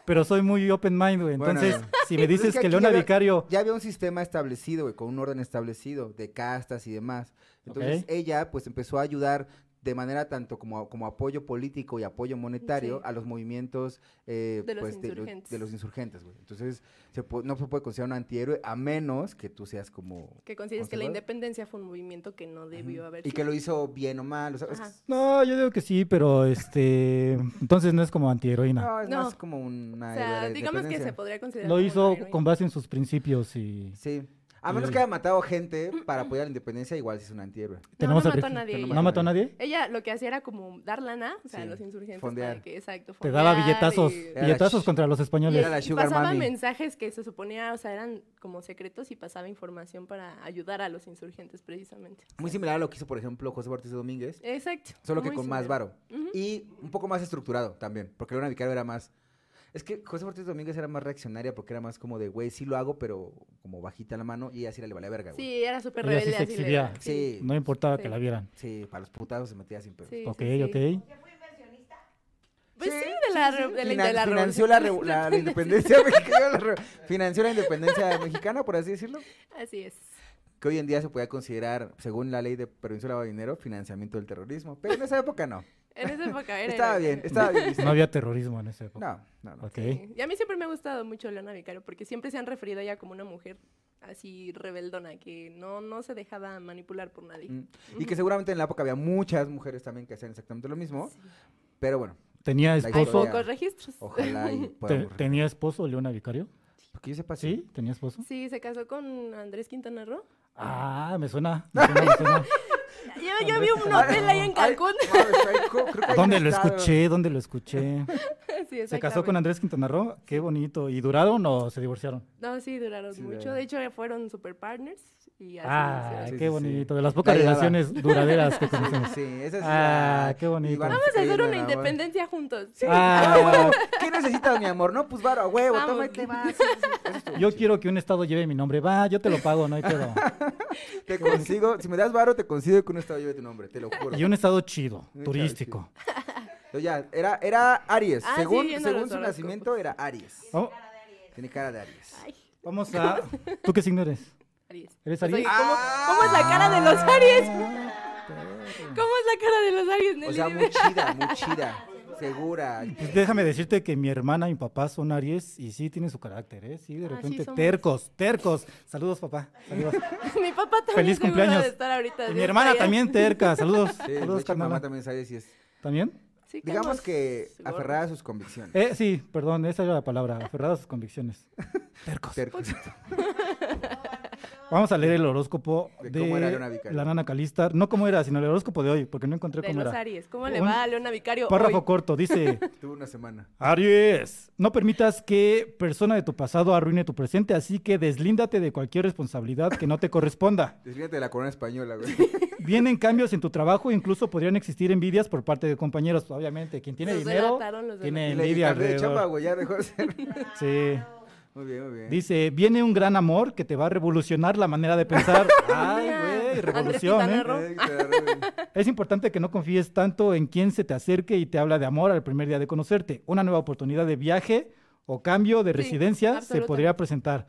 A: pero soy muy open mind, güey.
B: Bueno,
A: Entonces, si me
B: Pues es
A: dices
B: que
A: que
B: aquí
A: Leona
B: ya había-
A: Vicario
B: Ya había un sistema establecido, güey, con un orden establecido de castas y demás. Entonces
A: Ok.
B: ella, pues, empezó a ayudar de manera tanto como, como apoyo político y apoyo monetario
C: Sí.
B: a los movimientos eh,
C: De los
B: pues, de, lo-
C: insurgentes.
B: de los insurgentes, güey. Entonces se pu- no se puede considerar un antihéroe a menos que tú seas como...
C: que consideres que la
B: conservador.
C: independencia fue un movimiento que no debió haber
B: Y
C: sido.
B: que lo hizo bien o mal, o sea, es-
C: Ajá.
A: No, yo digo que sí, pero este. Entonces no es como antiheroína.
B: no, es
C: No.
B: más como una...
C: O
B: idea
C: sea,
B: de
C: digamos que se
B: independencia.
C: podría considerar
A: Lo
C: como una
A: hizo
C: heroína.
A: con base en sus principios y.
B: Sí. A menos que haya matado gente
C: Mm,
B: para apoyar la independencia, igual si es un antihéroe.
A: Tenemos
C: no
A: el
C: mató a
A: ref-
C: nadie
A: ¿No
B: ella.
A: mató a nadie?
C: Ella lo que hacía era como dar lana, o sea, a
B: Sí,
C: los insurgentes
B: fondear.
C: para que, exacto,
A: Te daba
C: fondear
A: billetazos.
C: y-
B: la
A: Billetazos
B: ch-
A: contra los
C: Y,
A: españoles.
B: Era la
C: y
B: sugar
C: pasaba
B: mami.
C: mensajes que se suponía, o sea, eran como secretos y pasaba información para ayudar a los insurgentes precisamente.
B: Muy similar a lo que hizo, por ejemplo, José Ortiz Domínguez.
C: Exacto.
B: Solo que
C: muy
B: con más
C: similar.
B: varo. Y un poco más estructurado también, porque Lorena Vicario era más... Es que José Ortiz Domínguez era más reaccionaria porque era más como de, güey, sí lo hago, pero como bajita la mano y así le valía verga, güey.
C: Sí, era súper
A: Ella sí se
C: rebelde. así le
A: exhibía.
C: daba,
B: Sí,
A: No importaba
C: Sí.
A: que la vieran.
B: sí, para los putados se metía sin pedo.
C: sí,
A: Ok,
C: sí, sí.
A: ok.
D: Yo fui inversionista.
C: Pues
B: Sí,
C: sí, de la,
B: sí,
C: re-
B: sí.
C: de la-
B: Finan-
C: de la
B: financió
C: revolución.
B: la, revo- la- la independencia mexicana, la re- financió la independencia mexicana, por así decirlo,
C: Así es.
B: que hoy en día se podía considerar, según la ley de prevención de lavado de dinero, financiamiento del terrorismo, pero en esa época no.
C: En esa época era.
B: Estaba
C: heroica.
B: bien, estaba bien. visto.
A: No había terrorismo en esa época.
B: No, no, no.
A: Ok.
C: Sí. Y a mí siempre me ha gustado mucho Leona Vicario porque siempre se han referido a ella como una mujer así rebeldona que no, no se dejaba manipular por nadie.
B: Mm. Y que seguramente en la época había muchas mujeres también que hacían exactamente lo mismo,
C: Sí.
B: pero bueno,
A: ¿Tenía
B: La
C: Hay
A: esposo?
B: historia.
C: pocos registros.
B: ojalá y
A: te-
B: podamos...
A: ¿Tenía esposo Leona Vicario?
B: Porque yo sepa,
A: ¿Sí?
B: sí.
A: ¿Tenía esposo?
C: Sí, se casó con Andrés Quintana Roo.
A: Ah, me suena. me suena, me suena.
C: Yo, yo vi un hotel ahí en Cancún.
B: Ay, mames, ahí co- creo que hay
A: ¿Dónde
B: un
A: lo
B: estado-
A: escuché? ¿Dónde lo escuché?
C: Sí,
A: ¿Se casó con
C: exactamente.
A: Andrés Quintana Roo? Qué bonito. ¿Y duraron o se divorciaron?
C: No, sí, duraron
B: Sí,
C: mucho.
B: duraron.
C: De hecho, fueron super partners. Y así
A: Ah,
C: se-
B: sí,
A: qué
B: sí.
A: bonito. De las pocas
B: Nadie daba.
A: relaciones duraderas que conocemos.
B: Sí, esa es
A: Ah,
B: la-
A: qué bonito.
B: y van
A: Vamos
C: Vamos a hacer
B: cayendo
C: una
B: en amor.
C: independencia juntos.
A: Ah,
B: ¿Qué necesitas, mi amor? No, pues varo, a huevo,
C: Vamos.
B: toma y te vas. Sí, sí, sí, eso estuvo
A: yo
B: chido.
A: quiero que un estado lleve mi nombre. Va, yo te lo pago, no hay pedo.
B: Te consigo, si me das varo, te consigo que un estado lleve tu nombre, te lo juro.
A: Y un estado chido,
B: Un estado
A: turístico.
B: Yo ya, era, era Aries.
C: Ah, sí,
B: según
C: viendo
B: según
C: los pues.
B: su nacimiento,
C: horóscopos.
B: era Aries.
A: Vamos-
B: Tiene cara de Aries.
C: Ay,
A: Vamos a... ¿Tú qué signo eres?
C: Aries.
A: ¿Eres
C: O sea,
A: Ah. Aries?
C: ¿cómo,
B: Ah.
C: cómo es la cara de los Aries?
A: Ah, perro.
C: ¿Cómo es la cara de los Aries, Nelly?
B: O sea, muy chida, muy chida. Segura.
A: Pues déjame decirte que mi hermana y mi papá son Aries y sí tienen su carácter, ¿eh? Sí, de
C: Ah, sí
A: repente
C: somos.
A: tercos, tercos. Saludos, papá. Saludos.
C: Mi papá también
A: Feliz
C: seguro
A: cumpleaños.
C: de estar ahorita.
A: Y mi
C: Dios
A: hermana
C: vaya.
A: también terca. Saludos.
B: Sí, de
A: Saludos,
B: hecho, mi mamá
A: carnala.
B: también es Aries y es.
A: ¿También?
C: Sí,
B: Digamos
C: calmos,
B: que
C: gordos.
B: aferrada a sus convicciones.
A: Eh, sí, perdón, esa era la palabra, aferrada a sus convicciones. Tercos.
B: Terco.
A: Vamos a leer el horóscopo de,
B: De cómo era Leona Vicario.
A: la nana Calistar. No cómo era, sino el horóscopo de hoy, porque no encontré
C: De
A: cómo
C: los
A: era.
C: Aries. ¿Cómo le
A: Un
C: va a Leona Vicario
A: Párrafo
C: hoy?
A: corto, dice,
B: Tuve una semana.
A: Aries, no permitas que persona de tu pasado arruine tu presente, así que deslíndate de cualquier responsabilidad que no te corresponda.
B: Deslígate de la corona española, güey.
A: Vienen cambios en tu trabajo, incluso podrían existir envidias por parte de compañeros. Obviamente, quien tiene
C: Los
A: dinero
C: delataron, los
A: tiene
B: Y le- y
A: envidia
B: cambié de chapa,
A: alrededor.
B: güey, ya dejó de ser.
A: Sí.
B: Muy bien, muy bien.
A: Dice, viene un gran amor que te va a revolucionar la manera de pensar. Ay,
C: Ah, Mira,
A: güey,
C: Andrés
A: revolución,
C: Quintana
A: ¿eh?
C: Roo.
B: Ay, te agarré.
A: Es importante que no confíes tanto en quien se te acerque y te habla de amor al primer día de conocerte. Una nueva oportunidad de viaje o cambio de
C: Sí,
A: residencia se
C: absolutamente.
A: podría presentar.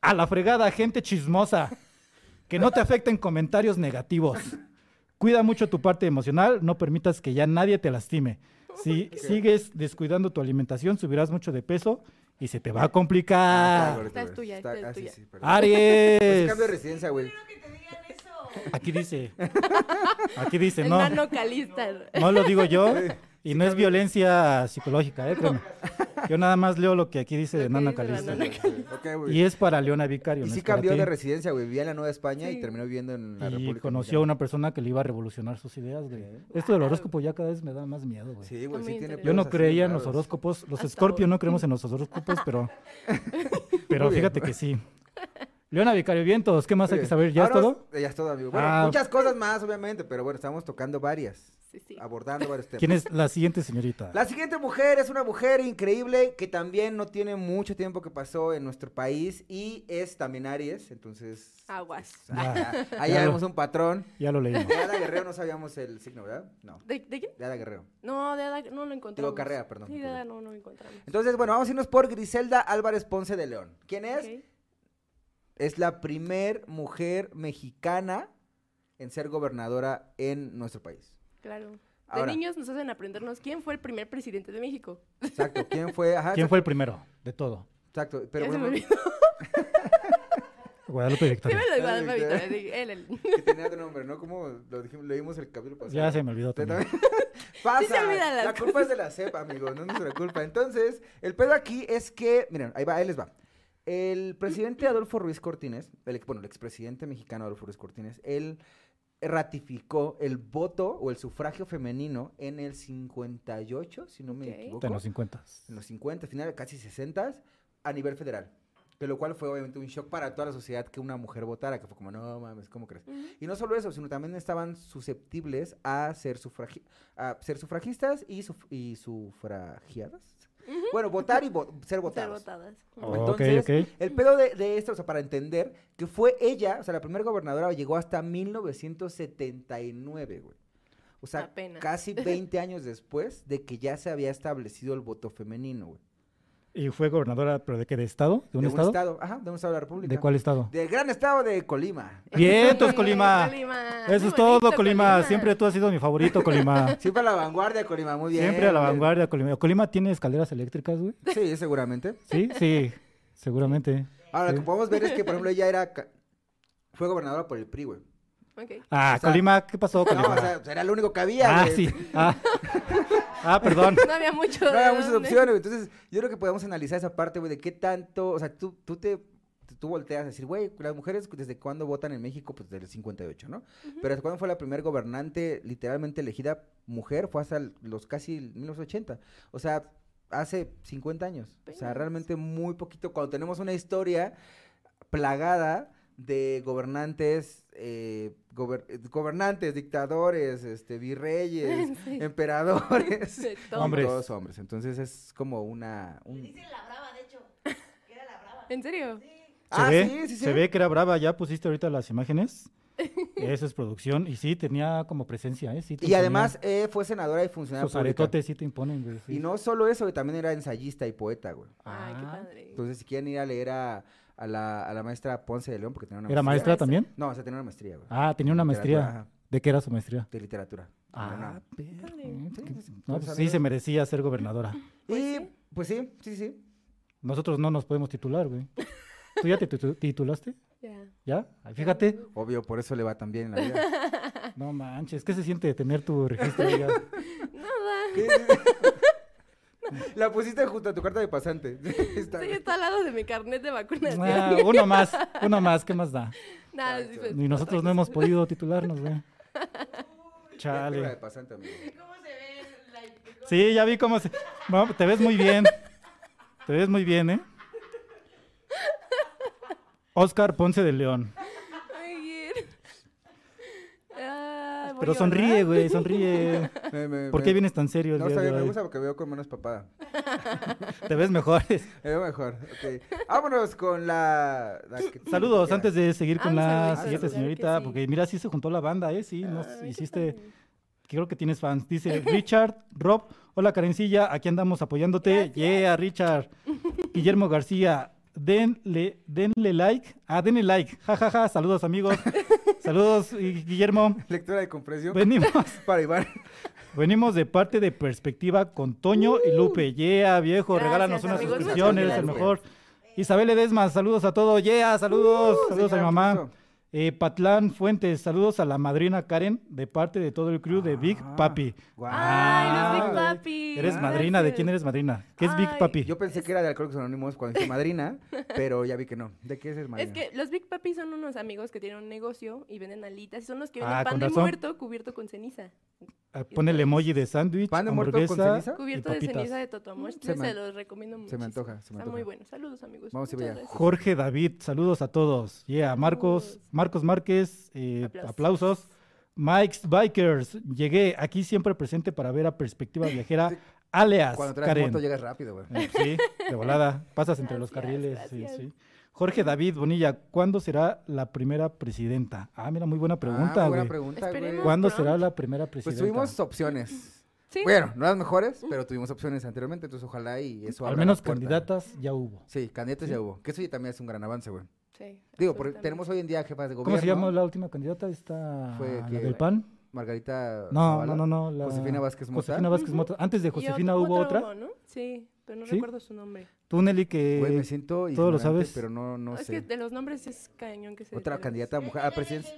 A: A la fregada, gente chismosa. Que no te afecten comentarios negativos. Cuida mucho tu parte emocional, no permitas que ya nadie te lastime. Si sigues descuidando tu alimentación, subirás mucho de peso y se te va a
B: Ah,
A: complicar.
B: está,
C: Esta es tuya,
B: está-
C: esta es
B: ah, sí,
C: tuya.
B: sí, perdón. Pues
A: Aries.
B: cambio de residencia, güey.
D: Espero que te digan eso.
A: Aquí dice. Aquí dice,
C: El
A: no.
C: nano Calista.
A: No lo digo yo.
B: Sí,
A: Y no es violencia psicológica, ¿eh? Créeme. Yo nada más leo lo que aquí dice
C: Lo
A: de
C: que
A: Nana
C: dice la
A: Calista.
C: Nana
B: Ok, güey.
A: Y es para Leona Vicario.
B: Y
A: no
B: sí
A: es para
B: cambió
A: ti.
B: de residencia, güey. Vivía en la Nueva España y
C: Sí.
B: terminó viviendo en la
A: Y
B: República.
A: conoció a
B: Mexicana.
A: una persona que le iba a revolucionar sus ideas, güey.
B: Ok.
A: Esto del
C: Wow.
A: horóscopo ya cada vez me da más miedo, güey.
B: Sí, güey,
C: Está
B: sí
C: muy
B: tiene
A: Yo
B: pedos
A: no
B: así
A: creía en
B: raros.
A: los horóscopos. Los
C: Hasta
A: escorpios
C: hoy.
A: no creemos en los horóscopos, pero. Pero
B: Muy bien.
A: fíjate que sí. Leona Vicario Vientos, ¿qué más hay
B: Oye,
A: que saber? ¿Ya es
B: ahora-
A: todo?
B: Ya es todo, amigo. Bueno,
A: Ah.
B: muchas cosas más, obviamente, pero bueno, estamos tocando varias,
C: Sí, sí.
B: abordando varios temas.
A: ¿Quién es la siguiente señorita?
B: La siguiente mujer es una mujer increíble que también no tiene mucho tiempo que pasó en nuestro país y es también Aries, entonces...
C: Aguas.
A: Ya,
B: Ah, Ahí
A: Ya
B: ya
A: lo-
B: vemos un patrón.
A: ya lo leímos.
B: De Ada Guerrero no sabíamos el signo, ¿verdad? No,
C: ¿De, de quién?
B: de Ada Guerrero.
C: No, de Ada no lo encontramos.
B: Carrera, perdón,
C: Sí,
B: me
C: de Ada
B: equivoqué.
C: no, no lo encontramos.
B: Entonces, bueno, vamos a irnos por Griselda Álvarez Ponce de León. ¿Quién es?
C: Ok.
B: Es la primer mujer mexicana en ser gobernadora en nuestro país.
C: Claro. De
B: Ahora.
C: niños nos hacen aprendernos quién fue el primer presidente de México.
B: Exacto, ¿quién fue? Ajá,
A: ¿Quién fue el primero de todo?
B: Exacto, pero
C: ya se me
B: bueno,
C: olvidó.
A: Guadalupe
C: Sí,
A: Victoria.
C: me lo igual,
B: Victoria.
C: mamita, sí, él, él.
B: que tenía otro nombre, ¿no? Como lo dijimos, leímos el capítulo pasado.
A: Ya se me olvidó
B: Te-
A: también.
B: Pasa.
C: Sí se olvidan las
B: la culpa es de la cepa, amigos, no es nuestra culpa. Entonces, el pedo aquí es que, miren, ahí va, ahí les va. El presidente Adolfo Ruiz Cortines, el, ex- bueno, el expresidente mexicano Adolfo Ruiz Cortines, él ratificó el voto o el sufragio femenino en el 58, si no me
C: Ok.
B: equivoco.
A: Está en los 50.
B: en los 50, final, casi 60, a nivel federal. Que lo cual fue obviamente un shock para toda la sociedad que una mujer votara, que fue como, no mames, ¿cómo crees?
C: Ujú.
B: Y no solo eso, sino también estaban susceptibles a ser, sufragi- a ser sufragistas y, suf- y sufragiadas. Bueno, votar y vo- ser
C: Ser
B: votados.
C: votadas.
B: Oh.
A: Ok,
B: Entonces,
A: ok.
B: El pedo de, de esto, o sea, para entender que fue ella, o sea, la primera gobernadora llegó hasta 1979, güey. O sea,
C: Apenas.
B: casi 20 años después de que ya se había establecido el voto femenino, güey.
A: ¿Y fue gobernadora, pero de qué? ¿De estado? ¿De un,
B: de
A: estado?
B: un estado, ajá, de un estado de la República.
A: ¿De cuál estado?
B: Del gran estado de Colima.
A: Vientos,
C: Sí,
A: Colima.
C: Colima.
A: Eso
C: Muy
A: es todo,
C: Ah, bonito,
A: Colima. Siempre tú has sido mi favorito, Colima.
B: Siempre a la vanguardia, Colima, muy bien.
A: Siempre a la
B: güey.
A: vanguardia, Colima. ¿Colima tiene escaleras eléctricas, güey?
B: Sí, seguramente.
A: Sí, sí, seguramente.
B: Ahora, lo
A: Sí.
B: que podemos ver es que, por ejemplo, ella era ca- fue gobernadora por el PRI, güey.
C: Ok.
A: Ah,
B: O sea,
A: Colima, ¿qué pasó,
B: No,
A: Colima?
B: o sea, era lo único que había,
A: ah,
B: güey.
A: sí. Ah, Ah, perdón.
C: No había mucho.
B: No había
C: de
B: muchas
C: dónde.
B: opciones, güey. Entonces, yo creo que podemos analizar esa parte, güey, de qué tanto, o sea, tú, tú te tú volteas a decir, güey, las mujeres pues, desde cuándo votan en México, pues desde el 58, ¿no? Pero ¿desde cuándo fue la primer gobernante literalmente elegida mujer? Fue hasta el- los casi 1980. O sea, hace 50 años. O sea,
C: Apenas.
B: realmente muy poquito cuando tenemos una historia plagada de gobernantes, eh, gober- eh, gobernantes, dictadores, este, virreyes,
C: Sí.
B: emperadores,
C: De
B: y
C: todo.
A: Hombres.
B: Todos hombres. Entonces es como una. un-
D: Le dicen la brava, de hecho. Que era la brava.
C: ¿En serio?
D: Sí.
A: Se
B: Ah,
A: ve,
B: sí, sí, sí.
A: se ve que era brava. Ya pusiste ahorita las imágenes. Eso es producción. Y sí, tenía como presencia, ¿eh? Sí te
B: Y
A: imponía.
B: además eh, fue senadora y funcionaria
A: Sus
B: pública.
A: aretotes sí te imponen, güey. sí.
B: Y no solo eso, también era ensayista y poeta, güey.
C: Ay, qué
A: Ah.
C: padre.
B: Entonces, si quieren ir a leer a, a la, a la maestra Ponce de León, porque tenía una
A: ¿Era
B: maestría.
A: maestra también?
B: No, o sea, tenía una maestría, güey.
A: Ah, tenía una
B: Literatura,
A: maestría.
B: ajá,
A: ¿De qué era su maestría?
B: de literatura.
A: Ah, perro.
C: Padre.
A: qué-
B: Sí,
A: No, pues
B: pues,
A: sí,
B: amigos.
A: se merecía ser gobernadora.
B: Y pues sí, sí, sí.
A: Nosotros no nos podemos titular, güey. ¿Tú ya te titu- titulaste?
C: Ya.
A: ¿Ya? Ay, Fíjate.
B: Obvio, por eso le va tan bien en la vida.
A: No manches, ¿qué se siente tener tu registro ya?
C: Nada.
B: ¿Qué? La pusiste junto a tu carta de pasante. Está
C: Sí,
B: bien.
C: está al lado de mi carnet de vacunación.
A: Ah, uno más, uno más, ¿qué más da?
C: Nada, sí,
B: exacto.
C: pues,
A: Y nosotros no hemos podido titularnos, güey.
B: Carta de
A: Chale.
B: pasante, amigo.
D: ¿Cómo se ve la cómo-
A: Sí, ya vi cómo se... No, te ves muy bien. Te ves muy bien, ¿eh? Oscar Ponce de León.
C: Ay, bien. Ah, voy
A: Pero
C: a
A: sonríe,
C: llorar.
A: güey, sonríe.
B: Me- me-
A: ¿Por
B: me-
A: qué vienes tan serio el
B: No,
A: día
B: está
A: de
B: bien, me
A: hoy?
B: gusta porque veo con menos papada.
A: Te ves mejor.
B: Me veo mejor, ok. Vámonos con la... la que-
A: Saludos
B: que
A: antes de seguir con
C: Ah, un
A: la
C: saludito,
A: siguiente
C: claro que
A: señorita,
C: sí.
A: porque mira, sí se juntó la banda, ¿eh? Sí, nos
C: Ay, qué
A: hiciste...
C: padre.
A: Creo que tienes fans. Dice Richard, Rob, hola Karencilla, aquí andamos apoyándote. Yeah, Richard. Guillermo García, denle, denle like. Ah, denle like. Ja, ja, ja. Saludos, amigos. Saludos, y- Guillermo.
B: Lectura de comprensión
A: Venimos,
B: para Iván.
A: venimos de parte de Perspectiva con Toño y Lupe. Yeah, viejo,
C: Gracias,
A: regálanos una
C: amigos.
A: suscripción,
B: Muchas
A: eres el
B: gracias, Uh,
A: mejor. Isabel Edesma, saludos a todos. Yeah, saludos. saludos a mi
B: Señora
A: mamá.
B: Alfonso.
A: Eh, Patlán Fuentes, saludos a la madrina Karen de parte de todo el crew de Big
B: Ah,
A: Papi.
B: guau.
C: Ay, los Big
A: Ah,
C: Papi.
A: Eres madrina, ¿de quién eres madrina? ¿Qué es Big
C: Ay.
A: Papi?
B: Yo pensé que era de Alcohólicos Anónimos cuando dije madrina, pero ya vi que no. ¿De qué es madrina?
C: Es que los Big Papi son unos amigos que tienen un negocio y venden alitas y son los que venden
A: Ah,
C: pan
A: con
C: de
A: razón.
C: muerto cubierto con ceniza.
A: Ah, Pone el emoji de sándwich,
B: ¿Pan de muerto con
A: hamburguesa.
B: ceniza?
C: Cubierto
A: Y
C: de
A: papitas.
C: ceniza de Totomoch.
B: Se
C: Se,
B: me-
C: los recomiendo mucho.
B: Se me antoja, se me
C: Está
B: antoja.
C: muy bueno. Saludos, amigos.
B: Vamos a ir
C: Muchas
B: allá.
C: gracias.
A: Jorge David, saludos a todos. Yeah, Marcos,
C: Saludos.
A: Marcos Márquez, eh,
C: Aplausos.
A: aplausos. Mike's Bikers, llegué aquí siempre presente para ver a Perspectiva Viajera,
B: Sí.
A: alias
B: Cuando traes
A: Karen.
B: moto llegas rápido, güey.
A: Eh, Sí, de volada. Pasas entre los
C: Gracias,
A: carriles. sí,
C: gracias.
A: sí. Jorge David Bonilla, ¿cuándo será la primera presidenta? Ah, mira, muy buena pregunta,
B: Ah,
A: güey.
B: buena pregunta, güey.
C: Esperemos.
A: ¿Cuándo
C: Pronto.
A: será la primera
B: Pues
A: presidenta?
B: tuvimos opciones.
C: Sí.
B: Bueno, no las mejores, pero tuvimos opciones anteriormente, entonces ojalá y eso
A: Al
B: abra
A: menos
B: la puerta.
A: candidatas ya hubo.
B: Sí, candidatos ya hubo. Que eso ya también es un gran avance, güey.
C: Sí,
B: Digo, porque
C: absolutamente.
B: tenemos hoy en día jefas de gobierno.
A: ¿Cómo se llama la última candidata? ¿Esta
B: Fue
A: la
B: que-
A: del PAN?
B: Margarita.
A: No,
B: Zavala.
A: no, no, no. la-
B: Josefina Vázquez Mota.
A: Josefina Vázquez
C: Ujú.
A: Mota. Antes de
C: Y
A: Josefina
C: otro-
A: hubo otra.
C: hubo, ¿no? Sí, pero no
A: ¿Sí?
C: recuerdo su nombre.
A: Tú, Nelly, que...
B: Güey, Pues, me siento
A: eh, todo lo
B: ignorante,
A: sabes.
B: pero no, no
C: es
B: sé.
C: que de los nombres es cañón que se
B: Otra
C: diferencia.
B: candidata mujer a la presidencia.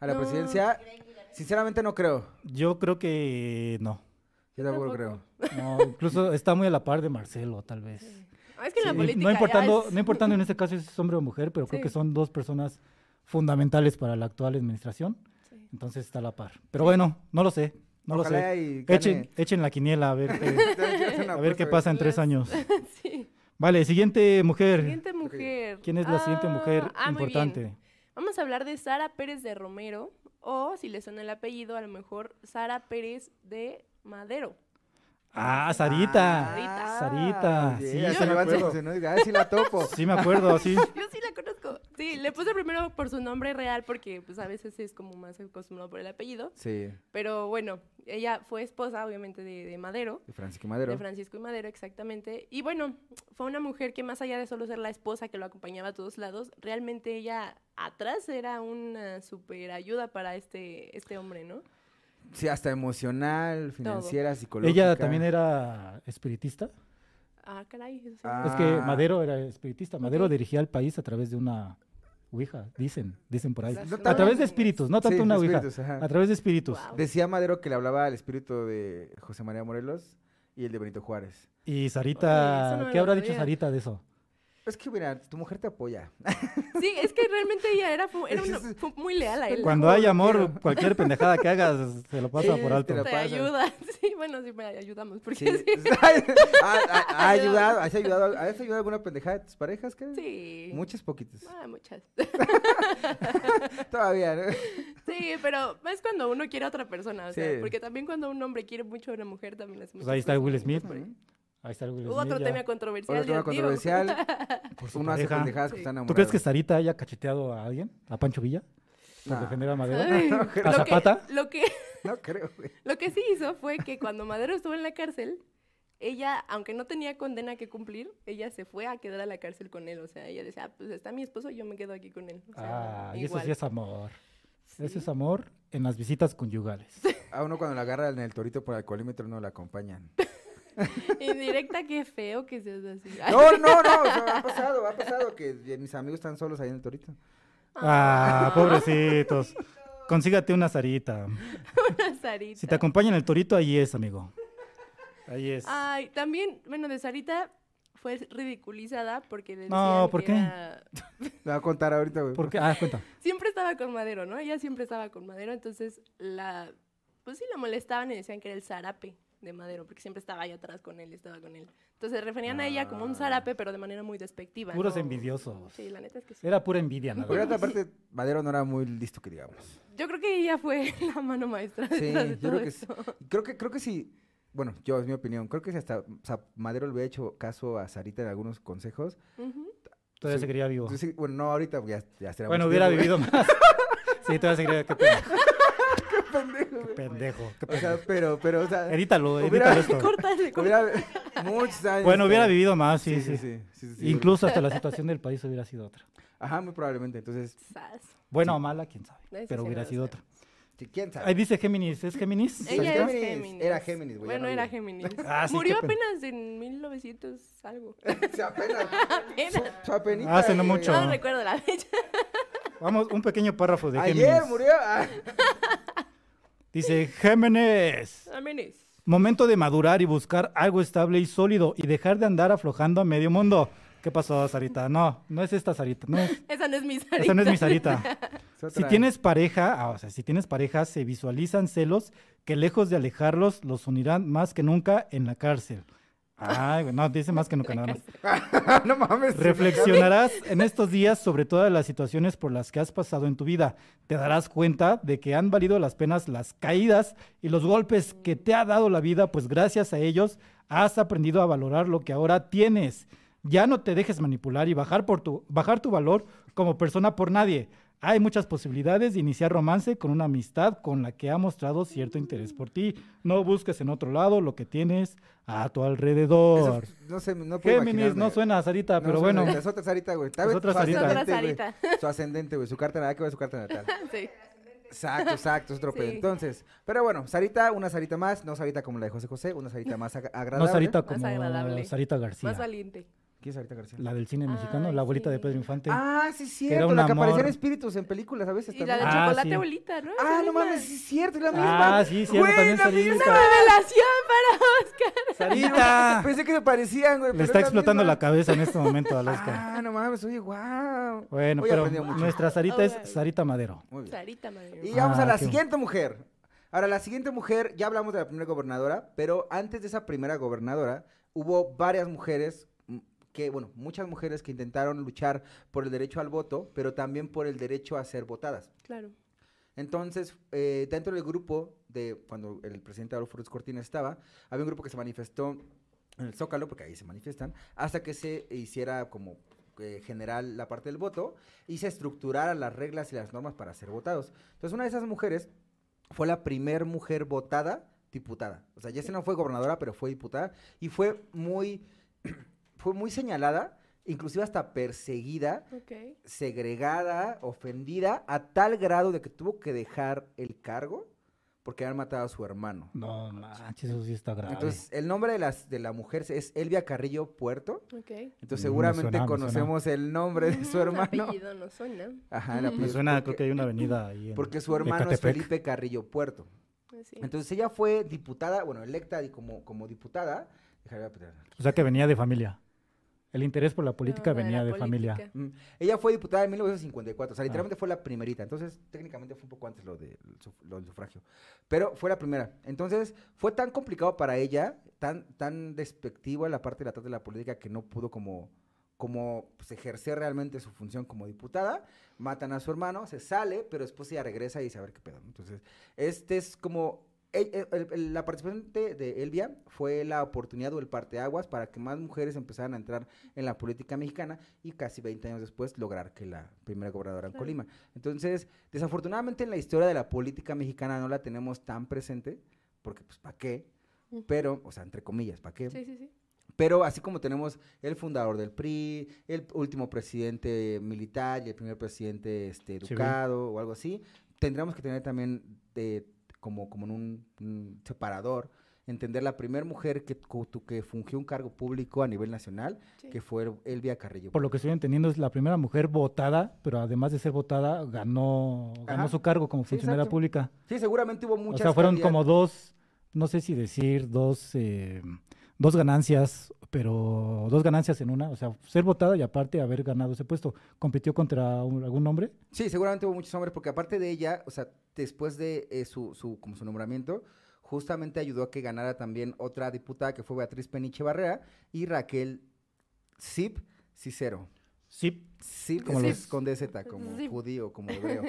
B: A la
C: No.
B: presidencia, sinceramente no creo.
A: Yo creo que no.
B: Yo tampoco
C: Tampoco.
B: creo.
A: No, incluso está muy a la par de Marcelo, tal vez.
C: Ah, es que en la
A: Sí,
C: política
A: no
C: ya
A: importando,
C: es-
A: no importando en este caso si es hombre o mujer, pero creo que
C: Sí.
A: son dos personas fundamentales para la actual administración.
C: Sí.
A: Entonces está a la par. Pero bueno, no lo sé, no lo
B: Ojalá
A: sé.
B: y gane. pues,
A: Echen, echen la quiniela a ver qué,
B: Entonces, quiero hacer una
A: a ver qué
B: apuesta, güey.
A: pasa en tres
C: Las-
A: años.
C: Sí.
A: Vale, siguiente mujer.
C: pues. Siguiente mujer.
A: ¿Quién es la siguiente
C: Ah,
A: mujer
C: ah, muy bien.
A: importante?
C: Vamos a hablar de Sara Pérez de Romero o, si le suena el apellido, a lo mejor Sara Pérez de Madero.
A: Ah, Sarita.
C: Sarita.
A: Sarita,
B: muy
A: sí,
B: Ah, bien,
A: sí
B: se
A: me
B: me van
A: acuerdo.
B: José, ¿no? Diga, "Ay, sí la topo.
A: Sí me acuerdo, sí.
C: Yo sí la conozco. Sí, le puse primero por su nombre real porque pues a veces es como más acostumbrado por el apellido.
B: Sí,
C: Pero bueno, ella fue esposa obviamente de, de Madero.
B: de Francisco Madero.
C: De Francisco y Madero, exactamente. Y bueno, fue una mujer que más allá de solo ser la esposa que lo acompañaba a todos lados, realmente ella atrás era una super ayuda para este, este hombre, ¿no?
B: Sí, hasta emocional, financiera, psicológica.
A: Ella también era espiritista.
C: Ah, caray, eso sí.
B: Ah.
A: Es que Madero era espiritista. Madero
C: Ok.
A: dirigía al país a través de una ouija, dicen, dicen por ahí.
C: Las
B: No
A: A
B: tanto-
A: través de espíritus, no tanto
B: Sí,
A: una
B: de
A: ouija.
B: espíritus, ajá.
A: A través de espíritus.
C: Guau.
B: Decía Madero que le hablaba al espíritu de José María Morelos y el de Benito Juárez.
A: Y
C: Oye,
A: Sarita,
C: eso no me
A: ¿qué
C: lo
A: habrá dicho
C: sabía.
A: Sarita de eso?
B: Es que, mira, tu mujer te apoya.
C: Sí, es que realmente ella era, fu- era
B: Es-
C: una-
B: es-
C: fue muy leal a él.
A: Cuando
B: no,
A: hay
B: no
A: amor,
B: quiero.
A: cualquier pendejada que hagas se lo pasa
B: Sí,
A: por
B: te
A: alto.
B: la-
C: te
B: pasa.
C: ayuda. Sí, bueno, sí me ayudamos. Porque
B: Sí.
C: sí. Sí.
B: ¿Ha, ha- ha ayudado? ¿Has ayudado? ¿Has ayudado alguna pendejada de tus parejas, Karen? Muchas poquitas.
C: Ah, muchas.
B: Todavía, ¿no?
C: Sí, pero es cuando uno quiere a otra persona, o sea,
B: Sí.
C: porque también cuando un hombre quiere mucho a una mujer también hace
A: Pues
C: muchas
A: ahí está
C: cosas
A: Will
C: bonitas
A: Smith.
C: por ahí.
A: Ahí está el Will
C: pues, Hubo otro
A: Smith, ya.
C: tema controversial.
B: Otro tema
C: Dios mío.
B: controversial. Uno hace
A: pareja.
B: pendejadas que
C: Sí.
B: están enamorados.
A: ¿Tú crees que Sarita haya cacheteado a alguien? ¿A Pancho Villa? ¿Por
B: Nah.
A: defender a Madero?
C: Ay,
B: No creo.
A: ¿A
C: lo,
A: Zapata?
C: que, lo, que,
B: No creo, güey.
C: lo que sí hizo fue que cuando Madero estuvo en la cárcel, ella, aunque no tenía condena que cumplir, ella se fue a quedar a la cárcel con él. O sea, ella decía, "Ah, pues está mi esposo, yo me quedo aquí con él. O sea,
A: Ah, y eso
C: igual.
A: sí es amor. Eso
C: Sí.
A: es amor en las visitas conyugales.
B: A uno cuando la agarra en el torito por alcoholímetro no la acompañan.
C: Indirecta, qué feo que seas así.
B: No, no, no, o sea, ha pasado, ha pasado que mis amigos están solos ahí en el torito.
A: Ah, pobrecitos. Consígate una Sarita.
C: Sarita.
A: Si te acompañan el torito, ahí es, amigo. Ahí es.
C: Ay, también, bueno, de Sarita fue ridiculizada porque le
A: No,
C: decían
A: ¿por
C: que
A: qué?
C: era-
B: Lo voy a contar ahorita, güey.
A: ¿Por qué? Ah, cuenta.
C: siempre estaba con Madero, ¿no? Ella siempre estaba con Madero, entonces la, pues sí la molestaban y decían que era el zarape de Madero, porque siempre estaba ahí atrás con él, estaba con él. Entonces se referían a ella
B: Ah.
C: como un zarape, pero de manera muy despectiva.
A: Puros
C: ¿no?
A: envidiosos.
C: Sí, la neta es que sí.
A: Era pura envidia, nada más.
B: Porque otra parte, Madero no era muy listo que digamos.
C: Yo creo que ella fue la mano maestra
B: Sí,
C: detrás de
B: yo
C: todo
B: creo que sí.
C: esto.
B: Creo que, creo que sí, bueno, yo, es mi opinión, creo que si hasta o sea, Madero le hubiera hecho caso a Sarita en algunos consejos.
C: Ujú.
A: Todavía
B: Sí.
A: se quería vivo.
B: entonces, bueno, no ahorita, porque ya, ya será
A: Oh. Bueno,
B: mucho
A: hubiera
B: tiempo,
A: vivido más. Sí, todavía se quería. Qué pendejo. Qué pendejo. qué
B: güey. O
A: pendejo.
B: sea, pero, pero, o sea,
A: Edítalo,
B: hubiera-
A: edítalo esto.
C: Córtale, córtale.
B: hubiera muchos años.
A: Bueno, hubiera
B: güey.
A: vivido más, sí, sí.
B: sí, sí, sí,
A: Incluso hasta la situación del país hubiera sido otra.
B: Ajá, muy probablemente. Entonces,
C: Sas.
A: Buena o mala, quién sabe.
C: Eso
A: Pero
C: sí,
A: hubiera
C: no lo
A: sido
C: sé.
A: otra.
B: sí, ¿quién
A: Ahí
B: sabe?
A: dice Géminis. ¿Es Géminis?
B: Sí.
C: Ella
B: Géminis.
C: es Géminis.
B: Era Géminis, güey, ya
C: Bueno,
B: no
C: era
B: vive.
C: Géminis.
A: Ah, sí,
C: Murió
A: qué pena.
C: apenas en 1900 algo.
B: Se apenas.
C: Apenas.
B: Su apenita,
A: Ah, Hace no
B: güey.
A: mucho.
C: No recuerdo la fecha.
A: Vamos, un pequeño párrafo de
B: Ayer
A: Géminis.
B: murió. Ah,
A: Dice, Géminis,
C: Géminis.
A: momento de madurar y buscar algo estable y sólido y dejar de andar aflojando a medio mundo. ¿Qué pasó, Sarita? No, no es esta Sarita, no es-
C: Esa no es mi Sarita.
A: esa no es mi Sarita.
B: es otra.
A: Si tienes pareja, ah, o sea, si tienes pareja, se visualizan celos que lejos de alejarlos, los unirán más que nunca en la cárcel. Ay, güey, no, dice más que nunca nada más.
B: no mames.
A: Reflexionarás en estos días sobre todas las situaciones por las que has pasado en tu vida. Te darás cuenta de que han valido las penas las caídas y los golpes que te ha dado la vida, pues gracias a ellos has aprendido a valorar lo que ahora tienes. Ya no te dejes manipular y bajar, por tu, bajar tu valor como persona por nadie. Hay muchas posibilidades de iniciar romance con una amistad con la que ha mostrado cierto interés por ti. No busques en otro lado lo que tienes a tu
B: Eso-
A: alrededor.
B: no sé, no puedo
A: Géminis, no
B: imaginarme.
A: suena a Sarita,
B: No
A: pero
B: suena
A: bueno.
B: Sarita, Es otra Sarita, güey. Tal
A: Es
B: vez
A: otra
B: su
A: Sarita.
C: Es otra
B: ascendente, güey.
C: Sarita.
B: Su ascendente, güey. Su carta natal, que va su carta natal.
C: Sí.
B: Exacto, exacto, es otro pedo.
C: Sí.
B: Entonces, pero bueno, Sarita, una Sarita más, no Sarita como la de José José, una Sarita más ag- agradable.
A: No Sarita como
C: agradable.
A: Sarita García.
C: Más valiente.
B: ¿Quién es Sarita García?
A: La del cine mexicano,
C: Ay,
A: la abuelita de
C: sí.
A: Pedro Infante.
B: Ah, sí, es
A: era
B: cierto,
A: un
B: la que aparecía en
A: amor.
B: espíritus en películas a veces
C: Y la de
B: también.
A: Ah,
C: chocolate
A: sí.
C: abuelita, ¿no?
B: Ah,
C: Esa
B: no
C: misma.
B: mames, sí es cierto, es la misma.
A: Ah, sí, cierto,
B: Güey,
A: también
B: la misma.
A: Sarita.
C: Revelación para Oscar.
A: ¡Sarita!
B: Pensé que se parecían, güey.
A: Le
B: pero
A: está
B: es la
A: explotando
B: misma.
A: la cabeza en este momento a Alaska.
B: Ah, no mames, oye, wow.
A: bueno,
B: Hoy
A: pero
B: aprendí mucho.
A: nuestra Sarita es
C: Ok.
A: Sarita Madero.
B: Muy bien.
C: Sarita, madre.
B: Y
C: mía.
B: ya vamos a
A: Ah,
B: la
A: qué bueno.
B: siguiente mujer. Ahora, la siguiente mujer, ya hablamos de la primera gobernadora, pero antes de esa primera gobernadora, hubo varias mujeres mm, que, bueno, muchas mujeres que intentaron luchar por el derecho al voto, pero también por el derecho a ser votadas.
C: Claro.
B: Entonces, eh, dentro del grupo de cuando el presidente Adolfo Ruiz Cortina estaba, había un grupo que se manifestó en el Zócalo, porque ahí se manifiestan, hasta que se hiciera como eh, general la parte del voto y se estructuraran las reglas y las normas para ser votados. Entonces, una de esas mujeres fue la primer mujer votada diputada. O sea, ya se no fue gobernadora, pero fue diputada y fue muy, fue muy señalada, inclusive hasta perseguida
C: Ok.
B: segregada, ofendida, a tal grado de que tuvo que dejar el cargo porque habían matado a su hermano.
A: No manches, eso sí está grave.
B: Entonces, el nombre de, las, de la mujer es Elvia Carrillo Puerto.
C: Ok.
B: Entonces,
A: Mm, me
B: seguramente
A: suena, me
B: conocemos el nombre de su
C: Mm,
B: hermano.
C: apellido no suena.
B: Ajá, el
A: Me
B: apellido,
A: suena, creo
B: porque-
A: que hay una avenida ahí. en-
B: Porque su hermano es
A: Ecatepec.
B: Felipe Carrillo Puerto.
C: pues Sí.
B: Entonces, ella fue diputada, bueno, electa y como, como diputada. Déjame apretar.
A: O sea que venía de familia. El interés por la política
C: No, la
A: venía de familia.
C: política.
B: Mm. Ella fue diputada en 1954, o sea, literalmente fue la primerita. Entonces, técnicamente fue un poco antes lo, de, lo del sufragio. Pero fue la primera. Entonces, fue tan complicado para ella, tan, tan despectiva la parte de la trata de la política que no pudo como, como pues, ejercer realmente su función como diputada. Matan a su hermano, se sale, pero después ella regresa y dice, a ver qué pedo. ¿no? Entonces, este es como... el- el- el- el- la participación de, de Elvia fue la oportunidad o el parteaguas para que más mujeres empezaran a entrar en la política mexicana y casi 20 años después lograr que la primera gobernadora en
C: Claro.
B: Colima. Entonces, desafortunadamente en la historia de la política mexicana no la tenemos tan presente, porque pues ¿para qué?
C: Mm.
B: Pero, o sea, entre comillas, ¿para qué?
C: Sí, sí, sí.
B: Pero así como tenemos el fundador del PRI, el último presidente militar y el primer presidente este,
A: Civil.
B: educado o algo así, tendríamos que tener también de- como, como en un, un separador, entender la primera mujer que, cu- tu- que fungió un cargo público a nivel nacional,
C: sí.
B: que fue El- Elvia Carrillo.
A: Por lo que estoy entendiendo, es la primera mujer votada, pero además de ser votada, ganó, ganó
B: Ajá.
A: su cargo como
B: Sí,
A: funcionaria
B: exacto.
A: pública.
B: Sí, seguramente hubo muchas.
A: o sea, fueron
B: candidatas.
A: como dos, no sé si decir, dos, eh, dos ganancias, pero dos ganancias en una. O sea, ser votada y aparte haber ganado ese puesto. ¿Compitió contra un- algún hombre?
B: Sí, seguramente hubo muchos hombres, porque aparte de ella, o sea, después de eh, su, su, como su nombramiento, justamente ayudó a que ganara también otra diputada que fue Beatriz Peniche Barrera y Raquel Zip Cicero.
A: Sí.
B: Zip,
A: Como
B: como
A: los-
B: es con DZ, como
C: Zip.
B: judío, como hebreo.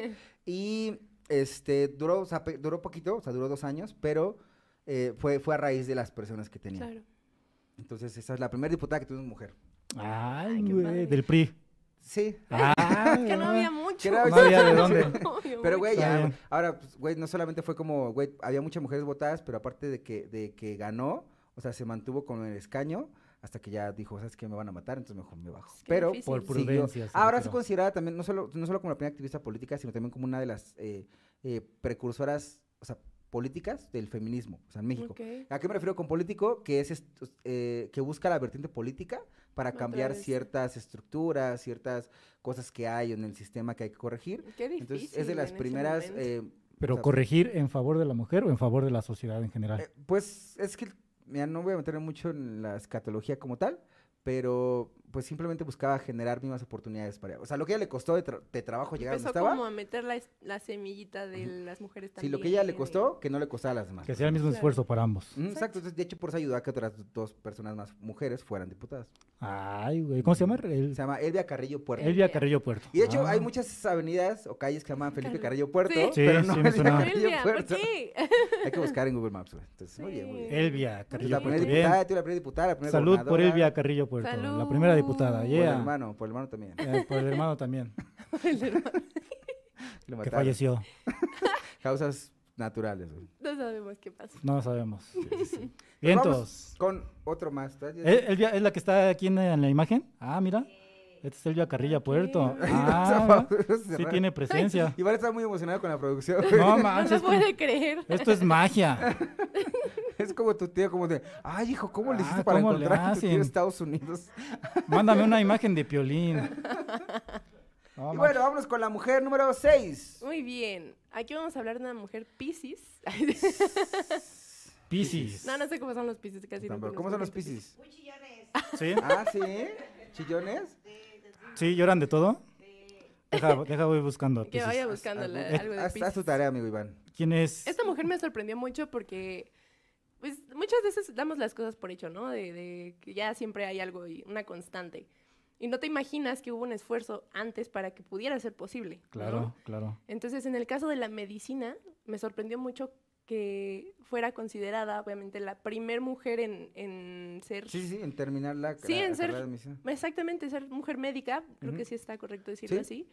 B: Y este, duró, o sea, pe- duró poquito, o sea, duró dos años, pero eh, fue, fue a raíz de las personas que tenía.
C: Claro.
B: Entonces, esa es la primera diputada que tuvimos mujer.
A: Ay,
C: qué
A: güey,
C: padre.
A: del PRI.
B: Sí,
A: Ay,
C: Que no había mucho.
B: Ah,
A: Ah,
B: Que no
A: No había de dónde.
C: No había
B: Pero, güey,
C: mucho.
A: Está
B: ya,
A: bien.
B: ahora, pues, güey, no solamente fue como, güey, había muchas mujeres votadas, pero aparte de que, de que ganó, o sea, se mantuvo con el escaño hasta que ya dijo, ¿sabes qué? Me van a matar, entonces mejor me bajo.
C: Es que
B: pero pues,
C: difícil.
A: Por
B: siguió.
A: prudencia se
B: Ahora
A: retiró.
B: se considerada también, no solo, no solo como la primera activista política, sino también como una de las eh, eh, precursoras, o sea, políticas del feminismo, o sea, en México.
C: Ok.
B: ¿A qué me refiero con político? Que es est- eh, que busca la vertiente política para
C: Otra
B: cambiar
C: vez.
B: ciertas estructuras, ciertas cosas que hay en el sistema que hay que corregir.
C: Qué difícil.
B: Entonces, es de las
C: en ese
B: primeras.
C: momento.
B: eh,
A: Pero
B: O sea,
A: corregir en favor de la mujer o en favor de la sociedad en general.
B: eh, pues es que, mira, no voy a meterme mucho en la escatología como tal, pero pues simplemente buscaba generar mismas oportunidades para O sea, lo que a ella le costó de, tra- de trabajo llegar
C: Empezó
B: donde estaba,
C: como a meter la, es- la semillita de las mujeres
B: sí,
C: también.
B: lo que a ella le
C: y-
B: costó, que no le costaba a las demás.
A: que sea el mismo
C: claro.
A: esfuerzo para ambos.
B: Ujú, Exacto, entonces de hecho por eso ayudó a que otras dos personas más mujeres fueran diputadas.
A: Ay, güey. ¿Cómo se llama? El,
B: Se llama Elvia Carrillo Puerto.
A: Elvia Carrillo Puerto.
B: Y de hecho
A: Ah.
B: hay muchas avenidas o calles que se llaman Felipe Carrillo
C: Carrillo.
B: Puerto,
C: Sí.
A: Sí,
B: pero no
A: sí, me
B: Elvia
A: sonaba.
B: Carrillo
C: Elvia, pues ¿por
B: Puerto.
C: qué?
B: Hay que buscar en Google Maps. güey. Entonces, muy bien, muy bien.
A: Elvia
B: Entonces,
A: Carrillo
B: la primera
A: Puerto. Bien.
B: diputada, tú la primera diputada, la primera
A: Salud por
B: gobernadora,
A: Elvia Carrillo Puerto. La primera
C: Salud.
A: diputada.
C: Por
B: Por el
A: yeah.
B: hermano, por el hermano también.
A: Eh, por el hermano también,
C: El hermano.
B: Lo
A: que
B: mataron.
A: falleció.
B: Causas naturales. güey.
C: No sabemos qué pasó.
A: No sabemos.
B: Pues
A: Bien,
B: vamos
A: entonces.
B: Con otro más. ¿estás?
A: ¿Eh, Elvia es la que está aquí en, en la imagen? Ah, mira. Este es Elvia Carrilla Puerto.
C: Ok.
A: Ah, mira.
B: Vamos a
A: sí
B: cerrar.
A: tiene presencia.
B: Igual está muy emocionado con la producción. güey.
A: No
C: No
A: manches.
C: se
A: esto-
C: puede creer.
A: Esto es magia.
B: Es como tu tío, como de, ay, hijo, ¿cómo le hiciste
A: Ah,
B: para
A: ¿cómo le
B: encontrar a tu tío en
A: hacen?
B: Estados Unidos?
A: Mándame una imagen de Piolín. No
B: y
A: manches.
B: bueno, vámonos con la mujer número 6.
C: Muy bien. Aquí vamos a hablar de una mujer piscis.
A: Piscis.
C: no, no sé cómo son los piscis, casi no
B: ¿Cómo son los
C: conozco gente
B: piscis?
D: Muy chillones.
A: ¿Sí?
B: Ah, sí. ¿Chillones?
A: ¿Sí? ¿Lloran de todo? Deja, deja voy buscando.
C: Que
A: Piscis.
C: vaya buscando la-
B: Algún-
C: algo de
B: haz, haz tu
C: piscis.
B: tarea, amigo Iván.
A: ¿Quién es?
C: Esta mujer me sorprendió mucho porque, pues, muchas veces damos las cosas por hecho, ¿no? De, de que ya siempre hay algo y una constante. Y no te imaginas que hubo un esfuerzo antes para que pudiera ser posible. ¿no?
A: Claro, claro.
C: Entonces, en el caso de la medicina, me sorprendió mucho que fuera considerada, obviamente, la primer mujer en, en ser...
B: Sí, sí, sí, en terminar la,
C: Sí,
B: la-
C: en
B: la
C: ser-
B: carrera de medicina.
C: Exactamente, ser mujer médica, creo
B: Ujú.
C: que sí está correcto decirlo
B: Sí.
C: así.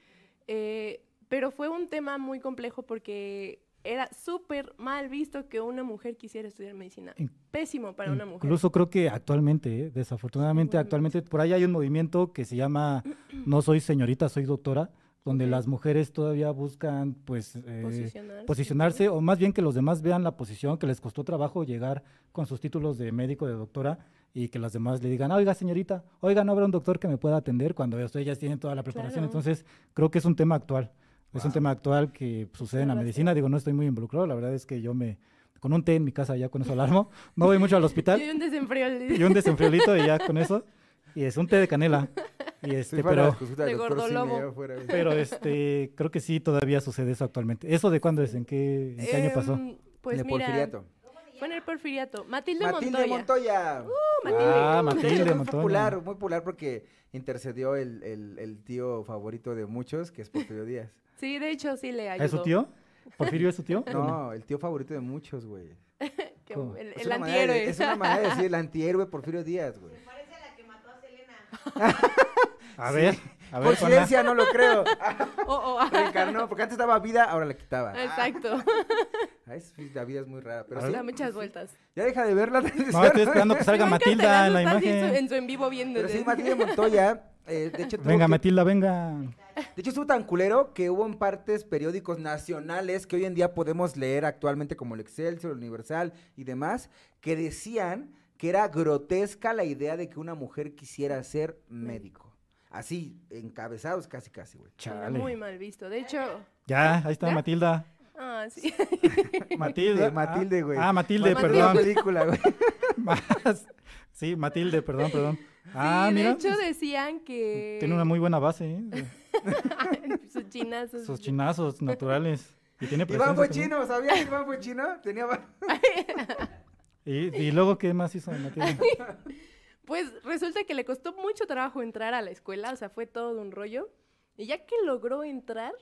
C: Eh, pero fue un tema muy complejo porque era súper mal visto que una mujer quisiera estudiar medicina.
A: In-
C: Pésimo para una mujer.
A: Incluso creo que actualmente, ¿eh? desafortunadamente,
C: Seguramente.
A: actualmente por ahí hay un movimiento que se llama No soy señorita, soy doctora, donde
C: Ok.
A: las mujeres todavía buscan, pues, eh,
C: Posicionarse.
A: posicionarse, o más bien que los demás vean la posición que les costó trabajo llegar con sus títulos de médico, de doctora, y que las demás le digan, oiga, señorita, oiga, no habrá un doctor que me pueda atender cuando ustedes ya tienen toda la preparación.
C: Claro.
A: Entonces, creo que es un tema actual. Es un
B: Wow.
A: tema actual que sucede en la
C: Claro, sí.
A: medicina. Digo, no estoy muy involucrado, la verdad es que yo me. Con un té en mi casa ya con eso alarmo. No voy mucho al hospital
C: Y un desenfrío al-
A: y un desenfriolito y ya con eso. Y es un té de canela. Y este, pero,
C: De gordolobo.
A: pero este, creo que sí todavía sucede eso actualmente. ¿Eso de cuándo es? ¿En qué, en qué este año pasó?
C: Em, Pues
B: de
C: mira,
B: Porfiriato.
C: fue en el porfiriato. Matilde,
B: Matilde
C: Montoya. Uh, Oh,
B: Montoya.
A: Ah,
B: De hecho,
A: Matilde
B: muy
A: Montoya.
B: popular, muy popular porque intercedió el, el, el tío favorito de muchos, que es Porfirio Díaz.
C: Sí, de hecho sí le ayudó.
A: ¿Es su tío? ¿Porfirio es su tío?
B: No, el tío favorito de muchos, güey.
C: Que
A: ¿Cómo?
C: el
B: Es
C: el
B: una manera de-
C: antihéroe.
B: Es una manera de decir el antihéroe Porfirio Díaz, güey.
D: Se parece a la que mató a Selena.
A: A ver, a ver. Juana.
B: Coincidencia, no lo creo. Ah,
C: Oh, oh, ah,
B: Reencarnó, porque antes daba vida, ahora la quitaba.
C: Exacto.
B: Ah, es- la vida es muy rara. Pero
A: A
B: sí,
A: ver.
C: Da muchas vueltas.
B: ya deja de verla.
A: No, estoy esperando que salga
C: Iván
A: Matilda en
C: Castellanos
A: la
C: está así en su-
A: imagen.
C: En su en vivo viendo.
B: Pero sí,
C: desde-
B: Matilde Montoya, eh, de hecho, tuvo
A: Venga,
B: que-
A: Matilda, venga.
B: De hecho, estuvo tan culero que hubo en partes periódicos nacionales que hoy en día podemos leer actualmente como el Excelsior, el Universal y demás, que decían que era grotesca la idea de que una mujer quisiera ser médico. Así, encabezados casi, casi, güey.
A: Chale.
C: Muy mal visto. De hecho,
A: Ya, ahí está
C: ¿Ya?
A: Matilda.
C: ah, sí.
A: Matilde.
B: Matilde,
A: ah,
B: güey.
A: Ah, Matilde,
C: Matilde.
A: perdón.
B: película, güey.
A: Más. Sí, Matilde, perdón, perdón. Ah,
C: Sí,
A: mira.
C: De hecho, decían que.
A: Tiene una muy buena base, ¿eh?
C: Sus chinas. sus-
A: Sus chinazos naturales. Y tiene presencia
B: Iván fue
A: también.
B: chino, ¿sabías que Iván fue chino? Tenía... va-
A: ¿Y, y luego qué más hizo Matilde?
C: Pues resulta que le costó mucho trabajo entrar a la escuela, o sea, fue todo un rollo. Y ya que logró entrar,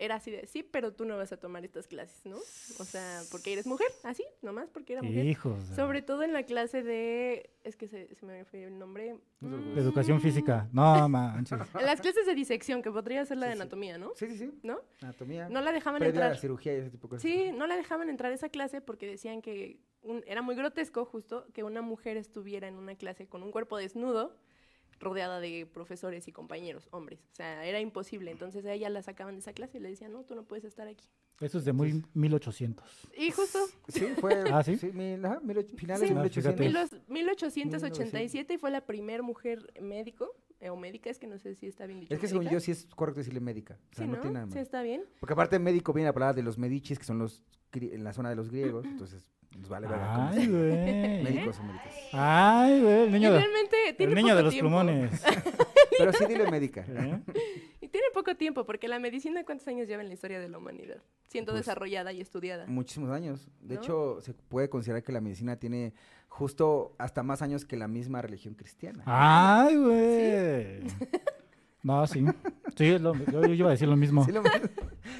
C: era así de, sí, pero tú no vas a tomar estas clases, ¿no? O sea, porque eres mujer, así, nomás porque era mujer.
A: Hijos. de-
C: Sobre todo en la clase de, es que se, se me fue el nombre.
B: No te preocupes.
A: De educación
C: Mm,
A: física. No manches.
C: En las clases de disección, que podría ser la
B: Sí,
C: de
B: sí.
C: anatomía, ¿no?
B: Sí, sí, sí.
C: ¿No?
B: Anatomía.
C: No la dejaban
B: previa a la
C: entrar.
B: cirugía y ese tipo de cosas.
C: Sí, no la dejaban entrar a esa clase porque decían que un- era muy grotesco justo que una mujer estuviera en una clase con un cuerpo desnudo rodeada de profesores y compañeros, hombres. O sea, era imposible. Entonces a ella la sacaban de esa clase y le decían, no, tú no puedes estar aquí.
A: Eso es de muy 1800.
C: Y justo,
B: Sí, fue.
A: ¿Ah, sí?
B: mil- ajá, mil och- finales
C: Sí.
B: de
A: Ah, fíjate.
B: 1800.
A: Mil-
C: mil- 1887 y fue la primer mujer médico, eh, o médica, es que no sé si está bien dicho.
B: Es que según
C: médica.
B: yo sí es correcto decirle médica. O sea,
C: Sí,
B: no,
C: ¿no?
B: tiene nada de
C: Sí,
B: malo.
C: está bien.
B: Porque aparte médico viene la palabra de los medichis, que son los grie- en la zona de los griegos, entonces nos vale verga. cómo
A: Ay,
B: se-
A: güey. ¿Eh?
B: Médicos o médicas.
A: Ay, güey, el
C: Y
A: niño, de,
C: realmente tiene
A: el niño de
C: poco
A: los
C: tiempo.
A: plumones.
B: Pero sí dile médica.
A: ¿Eh?
C: Y tiene poco tiempo, porque la medicina, ¿cuántos años lleva en la historia de la humanidad? Siendo
B: Pues,
C: desarrollada y estudiada.
B: Muchísimos años. De
C: ¿No?
B: hecho, se puede considerar que la medicina tiene justo hasta más años que la misma religión cristiana.
A: Ah, Ay, güey. No, sí. Sí, es lo- yo, yo iba a decir lo mismo.
B: Sí, lo-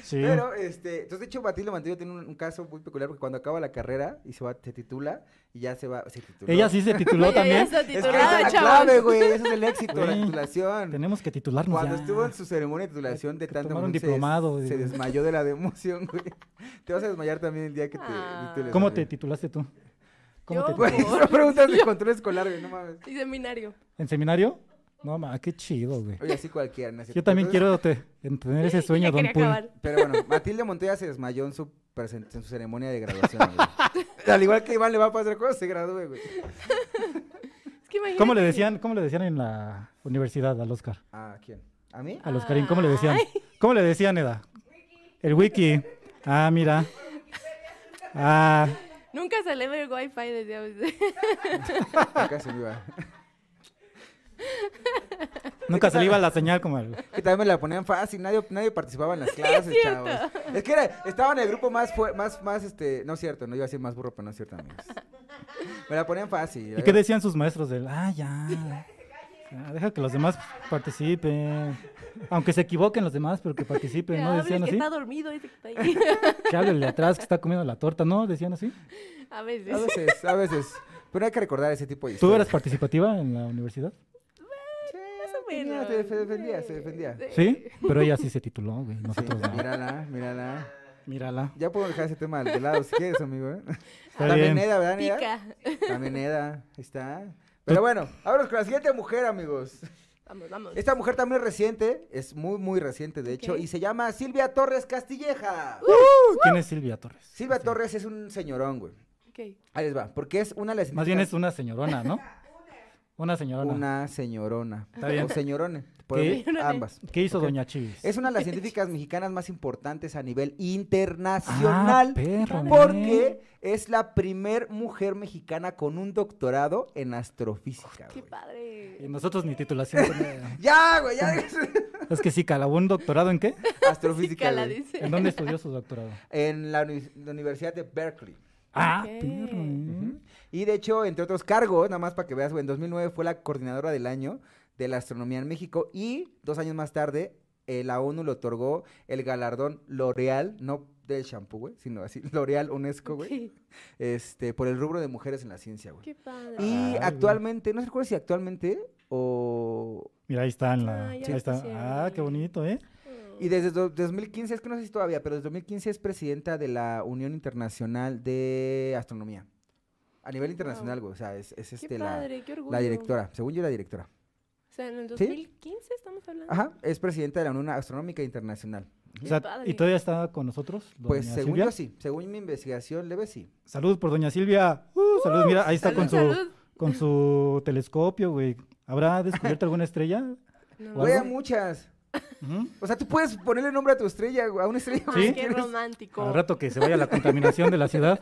A: Sí.
B: Pero, este, entonces, de hecho, Batilda Mantillo tiene un, un caso muy peculiar porque cuando acaba la carrera y se va, se titula y ya se va, se tituló.
A: Ella sí se
C: Oye,
A: tituló
C: ya
A: también.
C: está
B: Es que
C: titulada,
B: esa es la
C: chavos.
B: clave, güey. Ese es el éxito, la
A: Güey.
B: titulación.
A: Tenemos que titularnos
B: Cuando
A: Pues ya.
B: estuvo en su ceremonia de titulación de
A: que
B: tanto
A: tomar un
B: emoción, se-
A: diplomado,
B: se,
A: güey.
B: desmayó de la de emoción, güey. Te vas a desmayar también el día que te
C: Ah.
B: titules.
A: ¿Cómo te
B: amigo.
A: titulaste tú? ¿Cómo
C: Yo-
A: te
B: Güey,
A: titulaste?
B: son preguntas de control escolar, güey, no mames.
C: Y seminario.
A: ¿En seminario? No, ma, qué chido, güey.
B: Oye, así cualquiera. ¿no es
A: Yo
B: cierto?
A: también
B: Entonces,
A: quiero te- en tener ese
C: Ya
A: sueño, Don
C: quería
A: Pul.
C: acabar.
B: Pero bueno, Matilde Montoya se desmayó en su, presen- en su ceremonia de graduación, güey. Al igual que Iván le va a pasar cosas, se gradúe, güey.
C: Es que imagínate.
A: ¿Cómo le decían, cómo le decían en la universidad al Oscar?
B: ¿A quién? ¿A mí?
A: Al Oscarín, ¿cómo le decían?
C: Ay.
A: ¿Cómo le decían, Eda? El wiki. Ah, mira. Ah,
C: Nunca se le ve el wifi desde hoy.
B: Acá se me iba.
A: nunca se le iba la señal como el...
B: Que también me la ponían fácil, nadie, nadie participaba en las clases,
C: cierto.
B: chavos. Es que era, estaba en el grupo más, fue- más, más, este, no es cierto, no iba a ser más burro, pero no es cierto, amigos. Me la ponían fácil.
A: ¿Y qué decían sus maestros del? Ah, ya. Ya, Deja que los demás participen. Aunque se equivoquen los demás, pero que participen,
C: Que
A: ¿no?
C: hable,
A: Decían
C: que
A: así.
C: está dormido, ese que está ahí.
A: Que hable el de atrás, que está comiendo la torta, ¿no? Decían así.
C: A
B: A
C: veces.
B: veces, a veces. Pero hay que recordar ese tipo de
A: ¿Tú
B: historias.
A: eras participativa en la universidad?
B: Sí,
C: Más o
B: tenía-
C: menos.
B: te- Se defendía, se defendía.
A: Sí, pero ella sí se tituló, güey.
B: Sí,
A: Nosotros no.
B: mírala, mírala.
A: Mírala.
B: Ya puedo dejar ese tema de lado si quieres, amigo. ¿eh?
A: Está
B: También
A: bien.
B: Eda, ¿verdad, Eda?
C: Pica.
B: También Eda, ahí está. Pero bueno, vámonos con la siguiente mujer, amigos.
C: Vamos, vamos.
B: Esta mujer también es reciente, es muy, muy reciente, de hecho,
C: Ok.
B: y se llama Silvia Torres Castilleja.
C: Uh.
B: ¡Uh!
A: ¿Quién es Silvia Torres?
B: Silvia Torres es un señorón, güey.
C: Ok.
B: Ahí les va, porque es una de las
A: Más bien es
B: científicas-
A: una señorona, ¿no? Una señorona.
B: una señorona.
A: Está bien.
B: O señorone, podemos-
C: Señorone.
B: ambas.
A: ¿Qué hizo
B: Ok.
A: Doña Chivis?
B: Es una de las científicas mexicanas más importantes a nivel
A: Ah,
B: internacional.
A: perro,
B: porque es la primer mujer mexicana con un doctorado en astrofísica,
C: Qué
B: güey.
A: Y
C: padre.
A: nosotros ni titulación. tenemos.
B: Ya, güey, ya.
A: es que sí, calabó un doctorado en qué?
B: astrofísica,
C: Cala,
B: güey.
C: dice.
A: ¿En dónde estudió su doctorado?
B: En la, uni- la Universidad de Berkeley.
A: Ah,
C: Ok.
A: perro.
B: Ujú. Y de hecho, entre otros cargos, nada más para que veas, güey, en 2009 fue la coordinadora del año de la astronomía en México y dos años más tarde eh, la ONU le otorgó el galardón L'Oreal, no del shampoo, güey, sino así, L'Oreal UNESCO, güey,
C: Ok,
B: este, por el rubro de mujeres en la ciencia, güey.
C: Qué padre.
B: Y
A: Ay, güey.
B: actualmente, no recuerdo si actualmente o...
A: Mira, ahí está en la.
C: Ah, ya
A: ahí está.
C: pusieron.
A: Ah, qué bonito, ¿eh?
B: Y desde do- 2015, es que no sé si todavía, pero desde 2015 es presidenta de la Unión Internacional de Astronomía. A nivel internacional, güey, o sea, es, es
C: Qué
B: este la...
C: padre, qué orgullo.
B: La directora, según yo la directora.
C: O sea, en el 2015 estamos hablando.
B: Ajá, es presidenta de la Unión Astronómica Internacional.
A: O sea,
C: padre.
A: ¿y todavía está con nosotros? Doña
B: Pues según
A: Silvia?
B: yo sí, según mi investigación leve sí.
A: Salud por Doña Silvia. Uh, salud, mira, ahí está
C: Salud,
A: con su
C: salud.
A: con su telescopio, güey. ¿Habrá descubierto alguna estrella?
C: No.
A: ¿O
B: Güey, hay
A: algo?
B: muchas.
A: Ujú.
B: O sea, tú puedes ponerle nombre a tu estrella, güey, a una estrella.
A: Sí.
C: Ay, qué romántico.
A: Al rato que se vaya la contaminación de la ciudad.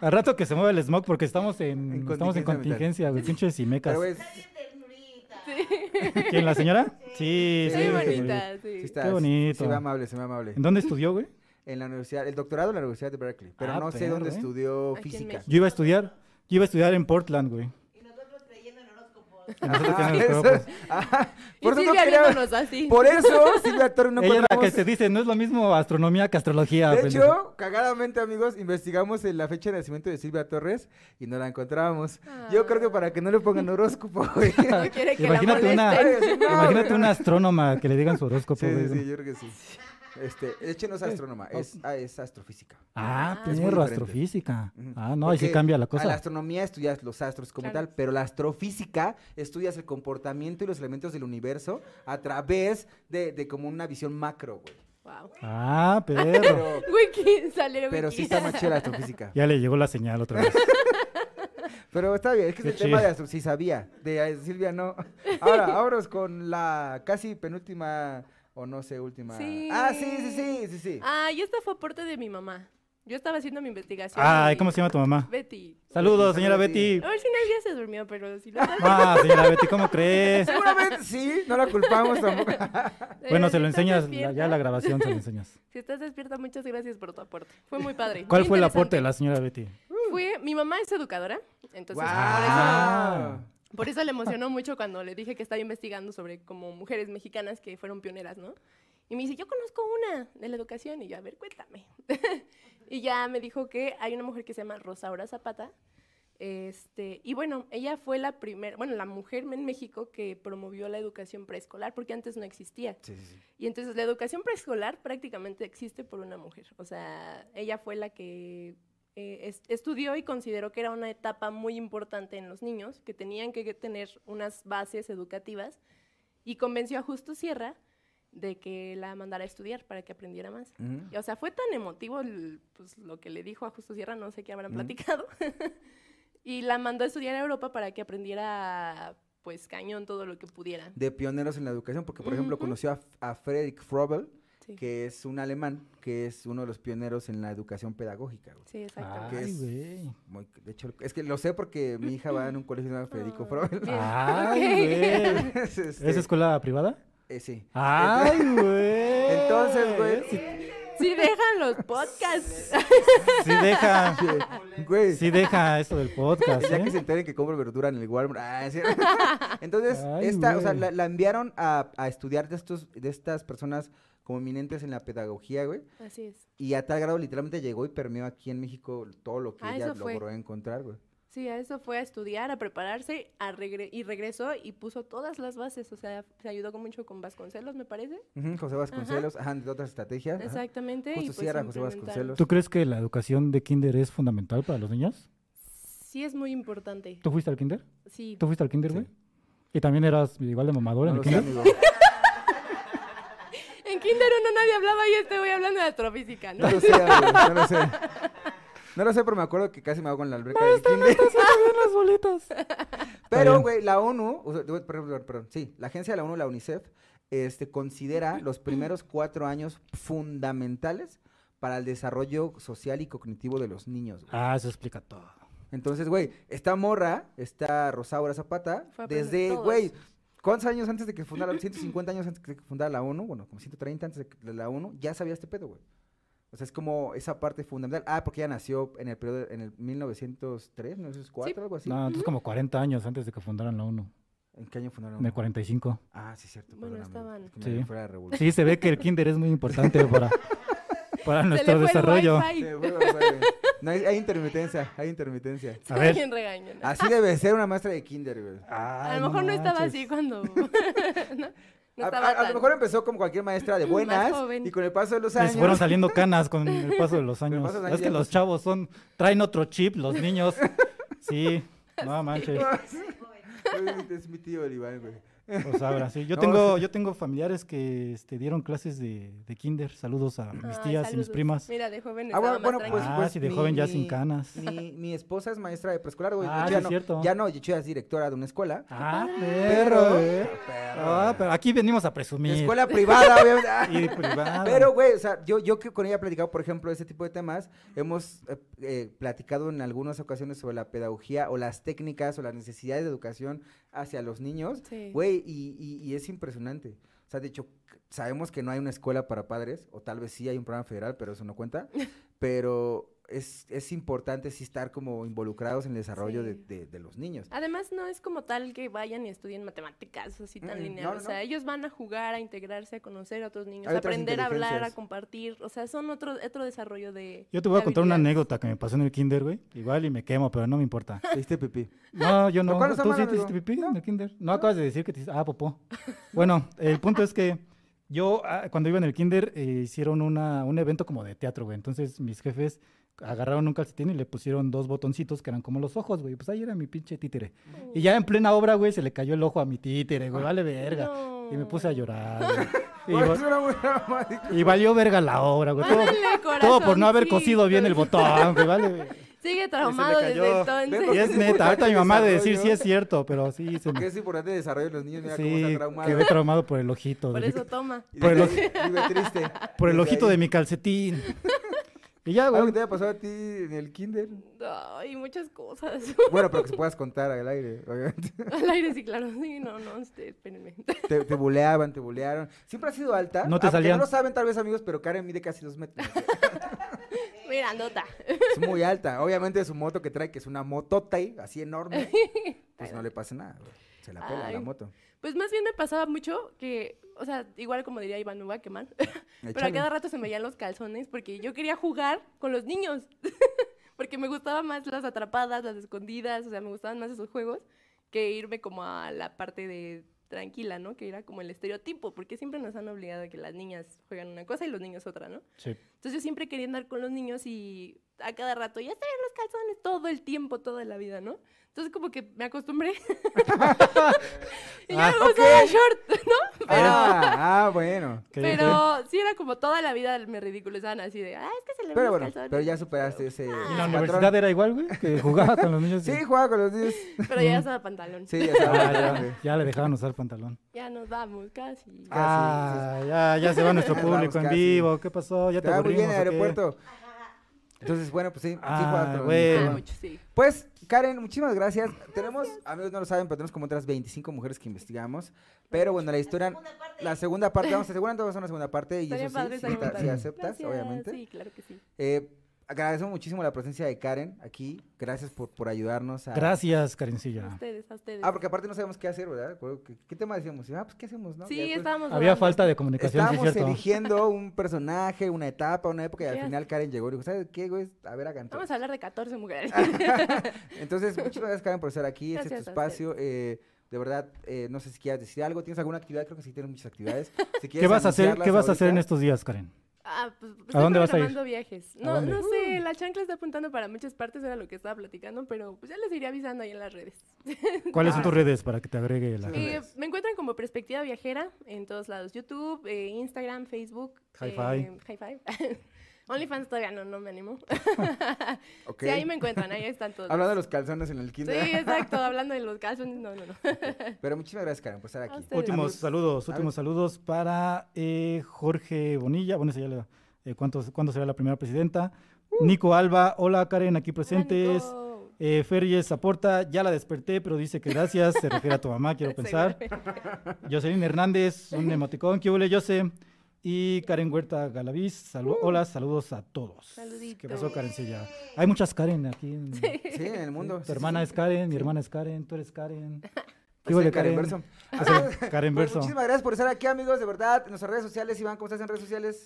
A: Al rato que se mueva el smog porque estamos en,
B: En
A: estamos en
B: contingencia ambiental.
A: contingencia, güey. Pinches cimecas.
B: Pero, güey, sí,
D: Bien ternurita.
A: ¿Quién, la señora? Sí,
B: Sí,
C: Muy
A: güey.
C: bonita, sí.
B: sí está,
A: Qué
B: sí-
A: bonito.
B: Se ve amable, se ve amable.
A: ¿En dónde estudió, güey?
B: En la universidad, el doctorado en la Universidad de Berkeley, pero
A: Ah,
B: no sé
A: perro,
B: dónde
A: ¿eh?
B: estudió
C: Aquí en
B: física.
C: México.
A: Yo iba a estudiar, yo iba a estudiar en Portland, güey.
D: Y nosotros creyendo en horóscopos.
A: A nosotros
B: Ah,
A: que nos
B: eso-
A: tocó, pues.
B: ajá,
C: Y
B: Por eso no
C: Silvia
B: quería...
C: viéndonos así.
B: Por eso, Silvia Torres no
A: pues. Ella es la que pues,
B: encontramos-
A: se dice, no es lo mismo astronomía que astrología.
B: De
A: pendejo.
B: hecho, cagadamente, amigos, investigamos en la fecha de nacimiento de Silvia Torres y no la encontrábamos.
C: Ah.
B: Yo creo que para que no le pongan horóscopo, güey.
C: No quiere que
A: imagínate
C: la
A: una,
C: molesten.
B: No,
A: imagínate pues,
B: güey,
A: una astrónoma que le digan su horóscopo.
B: Sí, sí,
A: güey.
B: sí, yo creo que sí. Este, de hecho, no es astrónoma, es, ah, es astrofísica.
A: Ah,
C: Es
B: muy
A: perro,
B: diferente.
A: astrofísica.
B: Ujú.
A: Ah, no, ahí sí
B: Porque
A: cambia la
B: A la
A: cosa.
B: astronomía estudias los astros como
C: Claro.
B: tal, pero la astrofísica estudias el comportamiento y los elementos del universo a través de, de como una visión macro, güey.
C: Wow.
A: Ah, perro.
B: Pero,
C: Wiki, salió
B: pero
C: Wiki.
B: sí está más chida la astrofísica.
A: Ya le llegó la señal otra vez.
B: Pero está bien, es que es
A: Qué
B: el tema de
A: chido.
B: Astro, sí sabía, de eh, Silvia no. Ahora, vámonos con la casi penúltima, o no sé, última.
C: Sí.
B: Ah, sí, sí, sí, sí, sí.
C: Ah, y esta fue aporte de mi mamá. Yo estaba haciendo mi investigación.
A: Ay,
C: y-
A: Ah, ¿cómo se llama tu mamá?
C: Betty.
A: Saludos, señora
B: Betty.
A: Betty.
C: A ver si nadie se durmió, pero si lo
A: Ah, señora Betty, ¿cómo crees?
B: Seguramente sí, no la culpamos tampoco.
A: Bueno, se lo
C: si estás
A: enseñas, la- ya
C: despierta-
A: la grabación se lo enseñas.
C: Si estás despierta, muchas gracias por tu aporte. Fue muy padre.
A: ¿Cuál
C: muy
A: fue el aporte de
C: interesante.
A: la señora Betty?
C: Fue, mi mamá es educadora, entonces por eso-
A: Ah.
B: ¡Guau!
C: Por eso le emocionó mucho cuando le dije que estaba investigando sobre como mujeres mexicanas que fueron pioneras, ¿no? Y me dice, yo conozco una de la educación. Y yo, a ver, cuéntame. y ya me dijo que hay una mujer que se llama Rosaura Zapata. Este, y bueno, ella fue la primera, bueno, la mujer en México que promovió la educación preescolar, porque antes no existía.
B: Sí, sí, sí.
C: Y entonces la educación preescolar prácticamente existe por una mujer. O sea, ella fue la que eh, es- estudió y consideró que era una etapa muy importante en los niños, que tenían que tener unas bases educativas, y convenció a Justo Sierra de que la mandara a estudiar para que aprendiera más.
B: Ujú.
C: Y, o sea, fue tan emotivo el- pues, lo que le dijo a Justo Sierra, no sé qué habrán
B: Ujú.
C: platicado. y la mandó a estudiar a Europa para que aprendiera, pues, cañón todo lo que pudiera.
B: De pioneros en la educación, porque por ejemplo
C: Ujú.
B: conoció a, a Frederick Frobel,
C: Sí,
B: que es un alemán, que es uno de los pioneros en la educación pedagógica. güey.
C: sí exactamente.
A: Ay, güey.
B: Muy- de hecho, es que lo sé porque mi hija va en un colegio llamado Federico Frobel.
C: Bien.
A: Ay, güey.
C: Ok.
B: Es, este,
A: ¿Es escuela privada?
B: eh, sí.
A: Ay, güey.
B: Entonces, güey.
A: Si,
C: Sí, dejan los podcasts.
A: deja,
B: sí, Güey.
A: sí deja esto del podcast,
B: Ya que
A: ¿eh?
B: se enteren que compro verdura en el Walmart. Ah, es cierto. Entonces,
A: Ay,
B: esta, o sea,
A: güey.
B: la, la enviaron a, a estudiar de, estos, de estas personas como eminentes en la pedagogía, güey.
C: Así es.
B: Y a tal grado literalmente llegó y permeó aquí en México todo lo que
C: Ah,
B: ella
C: eso fue.
B: logró encontrar, güey.
C: Sí, a eso fue a estudiar, a prepararse, a regre- y regresó y puso todas las bases. O sea, se ayudó con mucho con Vasconcelos, me parece.
B: Ujú, José Vasconcelos, ajá, de otras estrategias. ajá.
C: Exactamente. y
B: Justo
C: pues
B: Sierra, José
C: implementaron.
B: Vasconcelos.
A: ¿Tú crees que la educación de kinder es fundamental para los niños?
C: Sí, es muy importante.
A: ¿Tú fuiste al kinder?
C: Sí.
A: ¿Tú fuiste al kinder,
B: Sí.
A: güey? ¿Y también eras igual de mamadora en
B: No lo
A: el
B: sé,
A: kinder?
B: amigo.
C: En Kinder uno nadie hablaba y este voy hablando de astrofísica, ¿no?
B: No lo sé, amigo, no lo sé. No lo sé, pero me acuerdo que casi me hago con la alberca del kinder.
A: las bolitas.
B: Pero,
A: bien.
B: güey, la ONU, o sea, digo, perdón, perdón, perdón, sí, la agencia de la ONU, la UNICEF, este, considera los primeros cuatro años fundamentales para el desarrollo social y cognitivo de los niños. güey.
A: Ah, eso explica todo.
B: Entonces, güey, esta morra, esta Rosaura Zapata,
C: Fue a aprender
B: desde,
C: todos.
B: güey, ¿cuántos años antes de que fundara, 150 años antes de que fundara la ONU, bueno, como 130 antes de que- de la ONU, ya sabía este pedo, güey. O sea, es como esa parte fundamental. Ah, porque ella nació en el periodo, en el 1903, 1904, algo así.
A: No, entonces como 40 años antes de que fundaran la ONU.
B: ¿En qué año fundaron la
A: En el 45.
B: Ah, sí, cierto.
C: Bueno,
B: perdóname,
C: estaban-
B: es que me
A: Sí.
B: fuera de revolución.
A: Sí, se ve que el kinder es muy importante para, para
C: Se le
A: nuestro
C: fue el
A: desarrollo.
C: wifi.
B: Sí, bueno, o sea, No, hay, hay intermitencia, hay intermitencia.
A: A ver.
C: Alguien regañó, ¿no?
B: Así debe ser una maestra de kinder, güey.
C: A lo mejor no estaba así cuando... ¿no? No
B: A,
C: estaba
B: a- a lo
C: tan-
B: mejor empezó como cualquier maestra de buenas
C: joven.
B: y con el paso de los
A: Les
B: años.
A: fueron saliendo canas con el paso de los
B: el
A: años.
B: paso de los
A: es que
B: años.
A: los chavos son, traen otro chip, los niños. Sí, no manches.
B: es mi tío el Iván, güey.
A: Pues ahora sí. Yo
B: No,
A: tengo, yo tengo familiares que este, dieron clases de, de kinder. Saludos a mis
C: Ay,
A: tías y mis
C: saludos.
A: primas.
C: Mira, de joven
B: Ah,
C: estaba
B: bueno, bueno,
C: más
B: pues,
A: Ah,
C: tranquila.
B: pues
A: sí, de
B: mi-
A: joven ya sin
B: mi-
A: canas.
B: Mi, mi esposa es maestra de preescolar, güey.
A: Ah,
B: ya,
A: sí,
B: no,
A: cierto.
B: ya no, de hecho ya es directora de una escuela.
A: Ah,
B: Pero-
A: perro, eh.
B: Perro.
A: Ah, pero aquí venimos a presumir.
B: Escuela privada, obviamente. Ah.
A: Y privada.
B: Pero, güey, o sea, yo, yo que con ella he platicado, por ejemplo, ese tipo de temas, hemos eh, eh, platicado en algunas ocasiones sobre la pedagogía o las técnicas o las necesidades de educación hacia los niños,
C: Sí.
B: güey, y, y- y es impresionante. O sea, de hecho, c- sabemos que no hay una escuela para padres, o tal vez sí hay un programa federal, pero eso no cuenta, pero es, es importante sí estar como involucrados en el desarrollo de,
C: Sí.
B: de- de los niños.
C: Además, no es como tal que vayan y estudien matemáticas así tan
B: Mm, no,
C: lineal.
B: no,
C: o sea,
B: no.
C: ellos van a jugar, a integrarse, a conocer a otros niños,
B: Hay
C: a
B: otras
C: aprender a hablar, a
B: inteligencias.
C: compartir. O sea, son otro, otro desarrollo de.
A: Yo te voy a
C: de
A: contar una
C: habilidades.
A: anécdota que me pasó en el kinder, güey. Igual y me quemo, pero no me importa.
B: ¿Te diste pipí?
A: No, yo no.
B: cual no está
A: ¿Tú
B: mal,
A: sí te hiciste
B: amigo.
A: pipí en el kinder? No acabas de decir que te hiciste... Ah, popó. Bueno, el punto es que yo ah, cuando iba en el kinder eh, hicieron una, un evento como de teatro, güey. Entonces mis jefes agarraron un calcetín y le pusieron dos botoncitos que eran como los ojos, güey. Pues ahí era mi pinche títere. Y ya en plena obra, güey, se le cayó el ojo a mi títere, güey, vale verga. Y me puse a llorar, güey. Y,
B: Bueno,
A: va-
B: es una buena madre.
A: y valió verga la obra, güey. Todo,
C: Ándale,
A: todo por no haber
C: corazoncito.
A: cosido bien el botón, güey, vale. güey.
C: Sigue
B: Y
C: traumado
B: se le cayó.
C: desde
A: Y
C: entonces.
B: Ve,
A: es neta, ahorita mi mamá de decir si es cierto, pero sí, se
B: Porque
A: me...
B: es importante el desarrollo de los niños, mira cómo
A: Sí,
B: está traumado.
A: quedé traumado por el ojito.
C: Por
A: de mi-
C: eso toma.
B: Y
A: por el
B: desde ahí vive triste.
A: Por el
B: Desde
A: ojito de
B: ahí.
A: mi calcetín. Y ya,
B: ¿Algo
A: güey.
B: que te haya pasado a ti en el kinder?
C: Ay, muchas cosas.
B: Bueno, pero que se puedas contar al aire, obviamente.
C: Al aire, sí, claro. Sí, no, no, este, espérenme.
B: Te, te buleaban, te bulearon. Siempre has sido alta.
A: No te
B: Aunque
A: salían.
B: No lo saben tal vez, amigos, pero Karen mide casi dos metros.
C: Mira, nota.
B: Es muy alta. Obviamente su moto que trae, que es una motota ahí, así enorme, pues no le pasa nada. güey. Se la pela la
C: Ay.
B: moto.
C: Pues más bien me pasaba mucho que, o sea, igual como diría Iván, me voy a quemar. Pero a
B: Échale.
C: cada rato se me veían los calzones porque yo quería jugar con los niños. porque me gustaban más las atrapadas, las escondidas, o sea, me gustaban más esos juegos que irme como a la parte de tranquila, ¿no? Que era como el estereotipo, porque siempre nos han obligado a que las niñas juegan una cosa y los niños otra, ¿no?
A: Sí.
B: Ah,
C: Entonces yo siempre quería andar con los niños y a cada rato, ya estoy en los calzones todo el tiempo, toda la vida, ¿no? Entonces como que me acostumbré. y ya
A: Ah,
C: luego usaba short, ¿no? Pero,
B: Ah, ah, bueno.
A: que-
C: pero sí era como toda la vida me ridiculizaban así de, ah, es que se le ven
B: Pero
C: los
B: bueno,
C: calzones". Ah.
B: pero ya superaste
A: ¿Y
B: ese. ese
A: en la
B: patrón.
A: universidad era igual, güey? Que jugaba con los niños. y-
B: Sí, jugaba con los niños.
C: Pero ya estaba pantalón.
B: Sí, ya
A: Ah,
B: sabes.
A: ya, ya le dejaban usar pantalón.
C: Ya nos vamos, casi.
B: Ah,
A: Ah, ya, ya se va nuestro
B: Ya nos
A: público
B: vamos
A: en
B: casi.
A: vivo. ¿Qué pasó? Ya te
B: Te va muy
A: aburrimos.
B: bien en el
A: o qué?
B: aeropuerto. Entonces, bueno, pues sí, sí
A: Ah,
B: jugaba con los
A: güey.
C: Ah,
B: niños.
C: mucho, sí.
B: Pues, Karen, muchísimas gracias. Tenemos, amigos no lo saben, pero tenemos como otras 25 mujeres que investigamos. Pero bueno, la historia,
D: segunda parte.
B: la segunda parte, vamos, seguramente vamos a hacer una segunda parte. Y
C: Estaría
B: eso
C: padre,
B: sí, si,
C: estaría
B: ta- si
C: padre.
B: aceptas,
C: Gracias,
B: obviamente.
C: Sí, claro que sí.
B: Eh, agradecemos muchísimo la presencia de Karen aquí. Gracias por, por ayudarnos a...
A: Gracias,
C: A
A: Karencilla.
C: ustedes, a ustedes.
B: Ah, porque aparte no sabemos qué hacer, ¿verdad? ¿Qué, qué tema decíamos? Ah, pues, ¿qué hacemos, no?
C: sí,
B: Ya, pues,
C: estábamos
A: Había
C: hablando.
A: falta de comunicación, sí,
B: Estábamos
A: cierto.
B: eligiendo un personaje, una etapa, una época, y al
C: ¿Qué
B: final Karen llegó y dijo, ¿sabes qué, güey? A ver, hagan todo".
C: Vamos a hablar de 14 mujeres.
B: Ah. Entonces, muchas gracias, Karen, por estar aquí. Este es tu
C: Gracias a
B: espacio. eh, de verdad, eh, no sé si quieras decir algo. ¿Tienes alguna actividad? Creo que sí tienes muchas actividades. Si
A: ¿Qué
B: quieres
A: vas a hacer? ¿Qué
B: anunciarlas
A: vas a hacer en
B: ahorita.
A: estos días, Karen?
C: Ah, pues
A: ¿A dónde vas a ir?
C: programando viajes. No,
A: dónde?
C: no sé,
B: Uh.
C: la chancla está apuntando para muchas partes, era lo que estaba platicando, pero pues ya les iré avisando ahí en las redes.
A: ¿Cuáles
B: Ah.
A: son tus redes para que te agregue la
B: Sí.
A: red?
C: Eh,
B: redes.
C: me encuentran como Perspectiva Viajera en todos lados, YouTube, eh, Instagram, Facebook.
A: Hi-Fi.
C: eh, Hi-Fi. OnlyFans todavía no, no me animo.
B: Ok.
C: Sí, ahí me encuentran, ahí están todos.
B: Hablando de los calzones en el
C: Sí,
B: kinder.
C: exacto, hablando de los calzones, no, no, no.
B: Pero muchísimas gracias, Karen, por estar aquí.
C: ustedes.
A: Últimos
B: Amigos,
A: saludos,
B: a ver.
A: últimos saludos para eh, Jorge Bonilla. Bueno, ese ya le- eh, ¿cuántos- ¿cuándo será la primera presidenta? Nico Alba, hola Karen, aquí presentes.
C: Nico.
A: Eh, Ferries Aporta, ya la desperté, pero dice que gracias, se refiere a tu mamá, quiero pensar. Jocelyn Hernández, un emoticón, ¿qué huele, Jose? Y Karen Huerta Galaviz, salu- hola, saludos a todos. ¿Qué pasó,
C: Saluditos.
A: Karencilla? Hay muchas Karen aquí. en-
B: Sí, en el mundo.
A: Tu
B: sí, sí,
A: hermana
B: sí.
A: es Karen, mi hermana es Karen, tú eres Karen.
B: Pues
A: huele,
B: el Karen Verso.
A: Es el Karen
B: Pues
A: Verso.
B: muchísimas gracias por estar aquí, amigos, de verdad. En nuestras redes sociales, Iván, ¿cómo estás en redes sociales?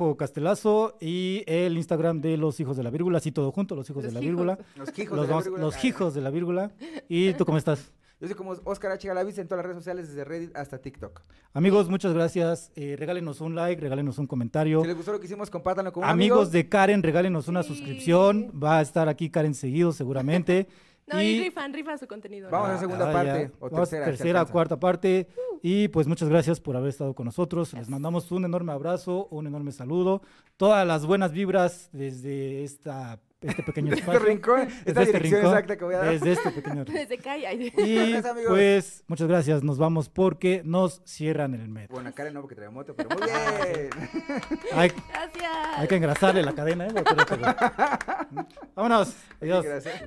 A: Iván-Castelazo y el Instagram de los hijos de la vírgula, así todo junto, los hijos
C: Los
A: de la
C: hijos.
A: vírgula.
B: Los hijos.
A: Los,
B: de la
A: vamos-
B: vírgula.
A: los
B: Ah,
A: hijos de la vírgula. ¿Y tú cómo estás?
B: Yo soy como Oscar H. Galaviz en todas las redes sociales, desde Reddit hasta TikTok.
A: Amigos, muchas gracias. Eh, regálenos un like, regálenos un comentario.
B: Si les gustó lo que hicimos, compártanlo con un amigo.
A: Amigos de Karen, regálenos una
C: Sí.
A: suscripción. Va a estar aquí Karen seguido, seguramente.
C: No, y rifan, rifan su contenido. ¿no?
B: Vamos a hacer segunda parte, o
A: Ah, Vamos
B: tercera, si
A: tercera
B: alcanza.
A: cuarta parte. Y pues muchas gracias por haber estado con nosotros. Les mandamos un enorme abrazo, un enorme saludo. Todas las buenas vibras desde esta, este pequeño
B: Desde este
A: espacio.
B: rincón, esta
A: este
B: dirección
A: rincón,
B: exacta que voy a dar.
A: Desde este pequeño rincón.
C: Desde calle. ay, de-
A: Y
B: gracias, amigos.
A: pues muchas gracias. Nos vamos porque nos cierran el metro.
B: Bueno, a Karen no, porque trae moto, pero muy bien.
A: Hay,
C: Gracias.
A: hay que engrasarle la cadena, ¿eh? Acuérdate, güey. Vámonos. Adiós.
B: Gracias.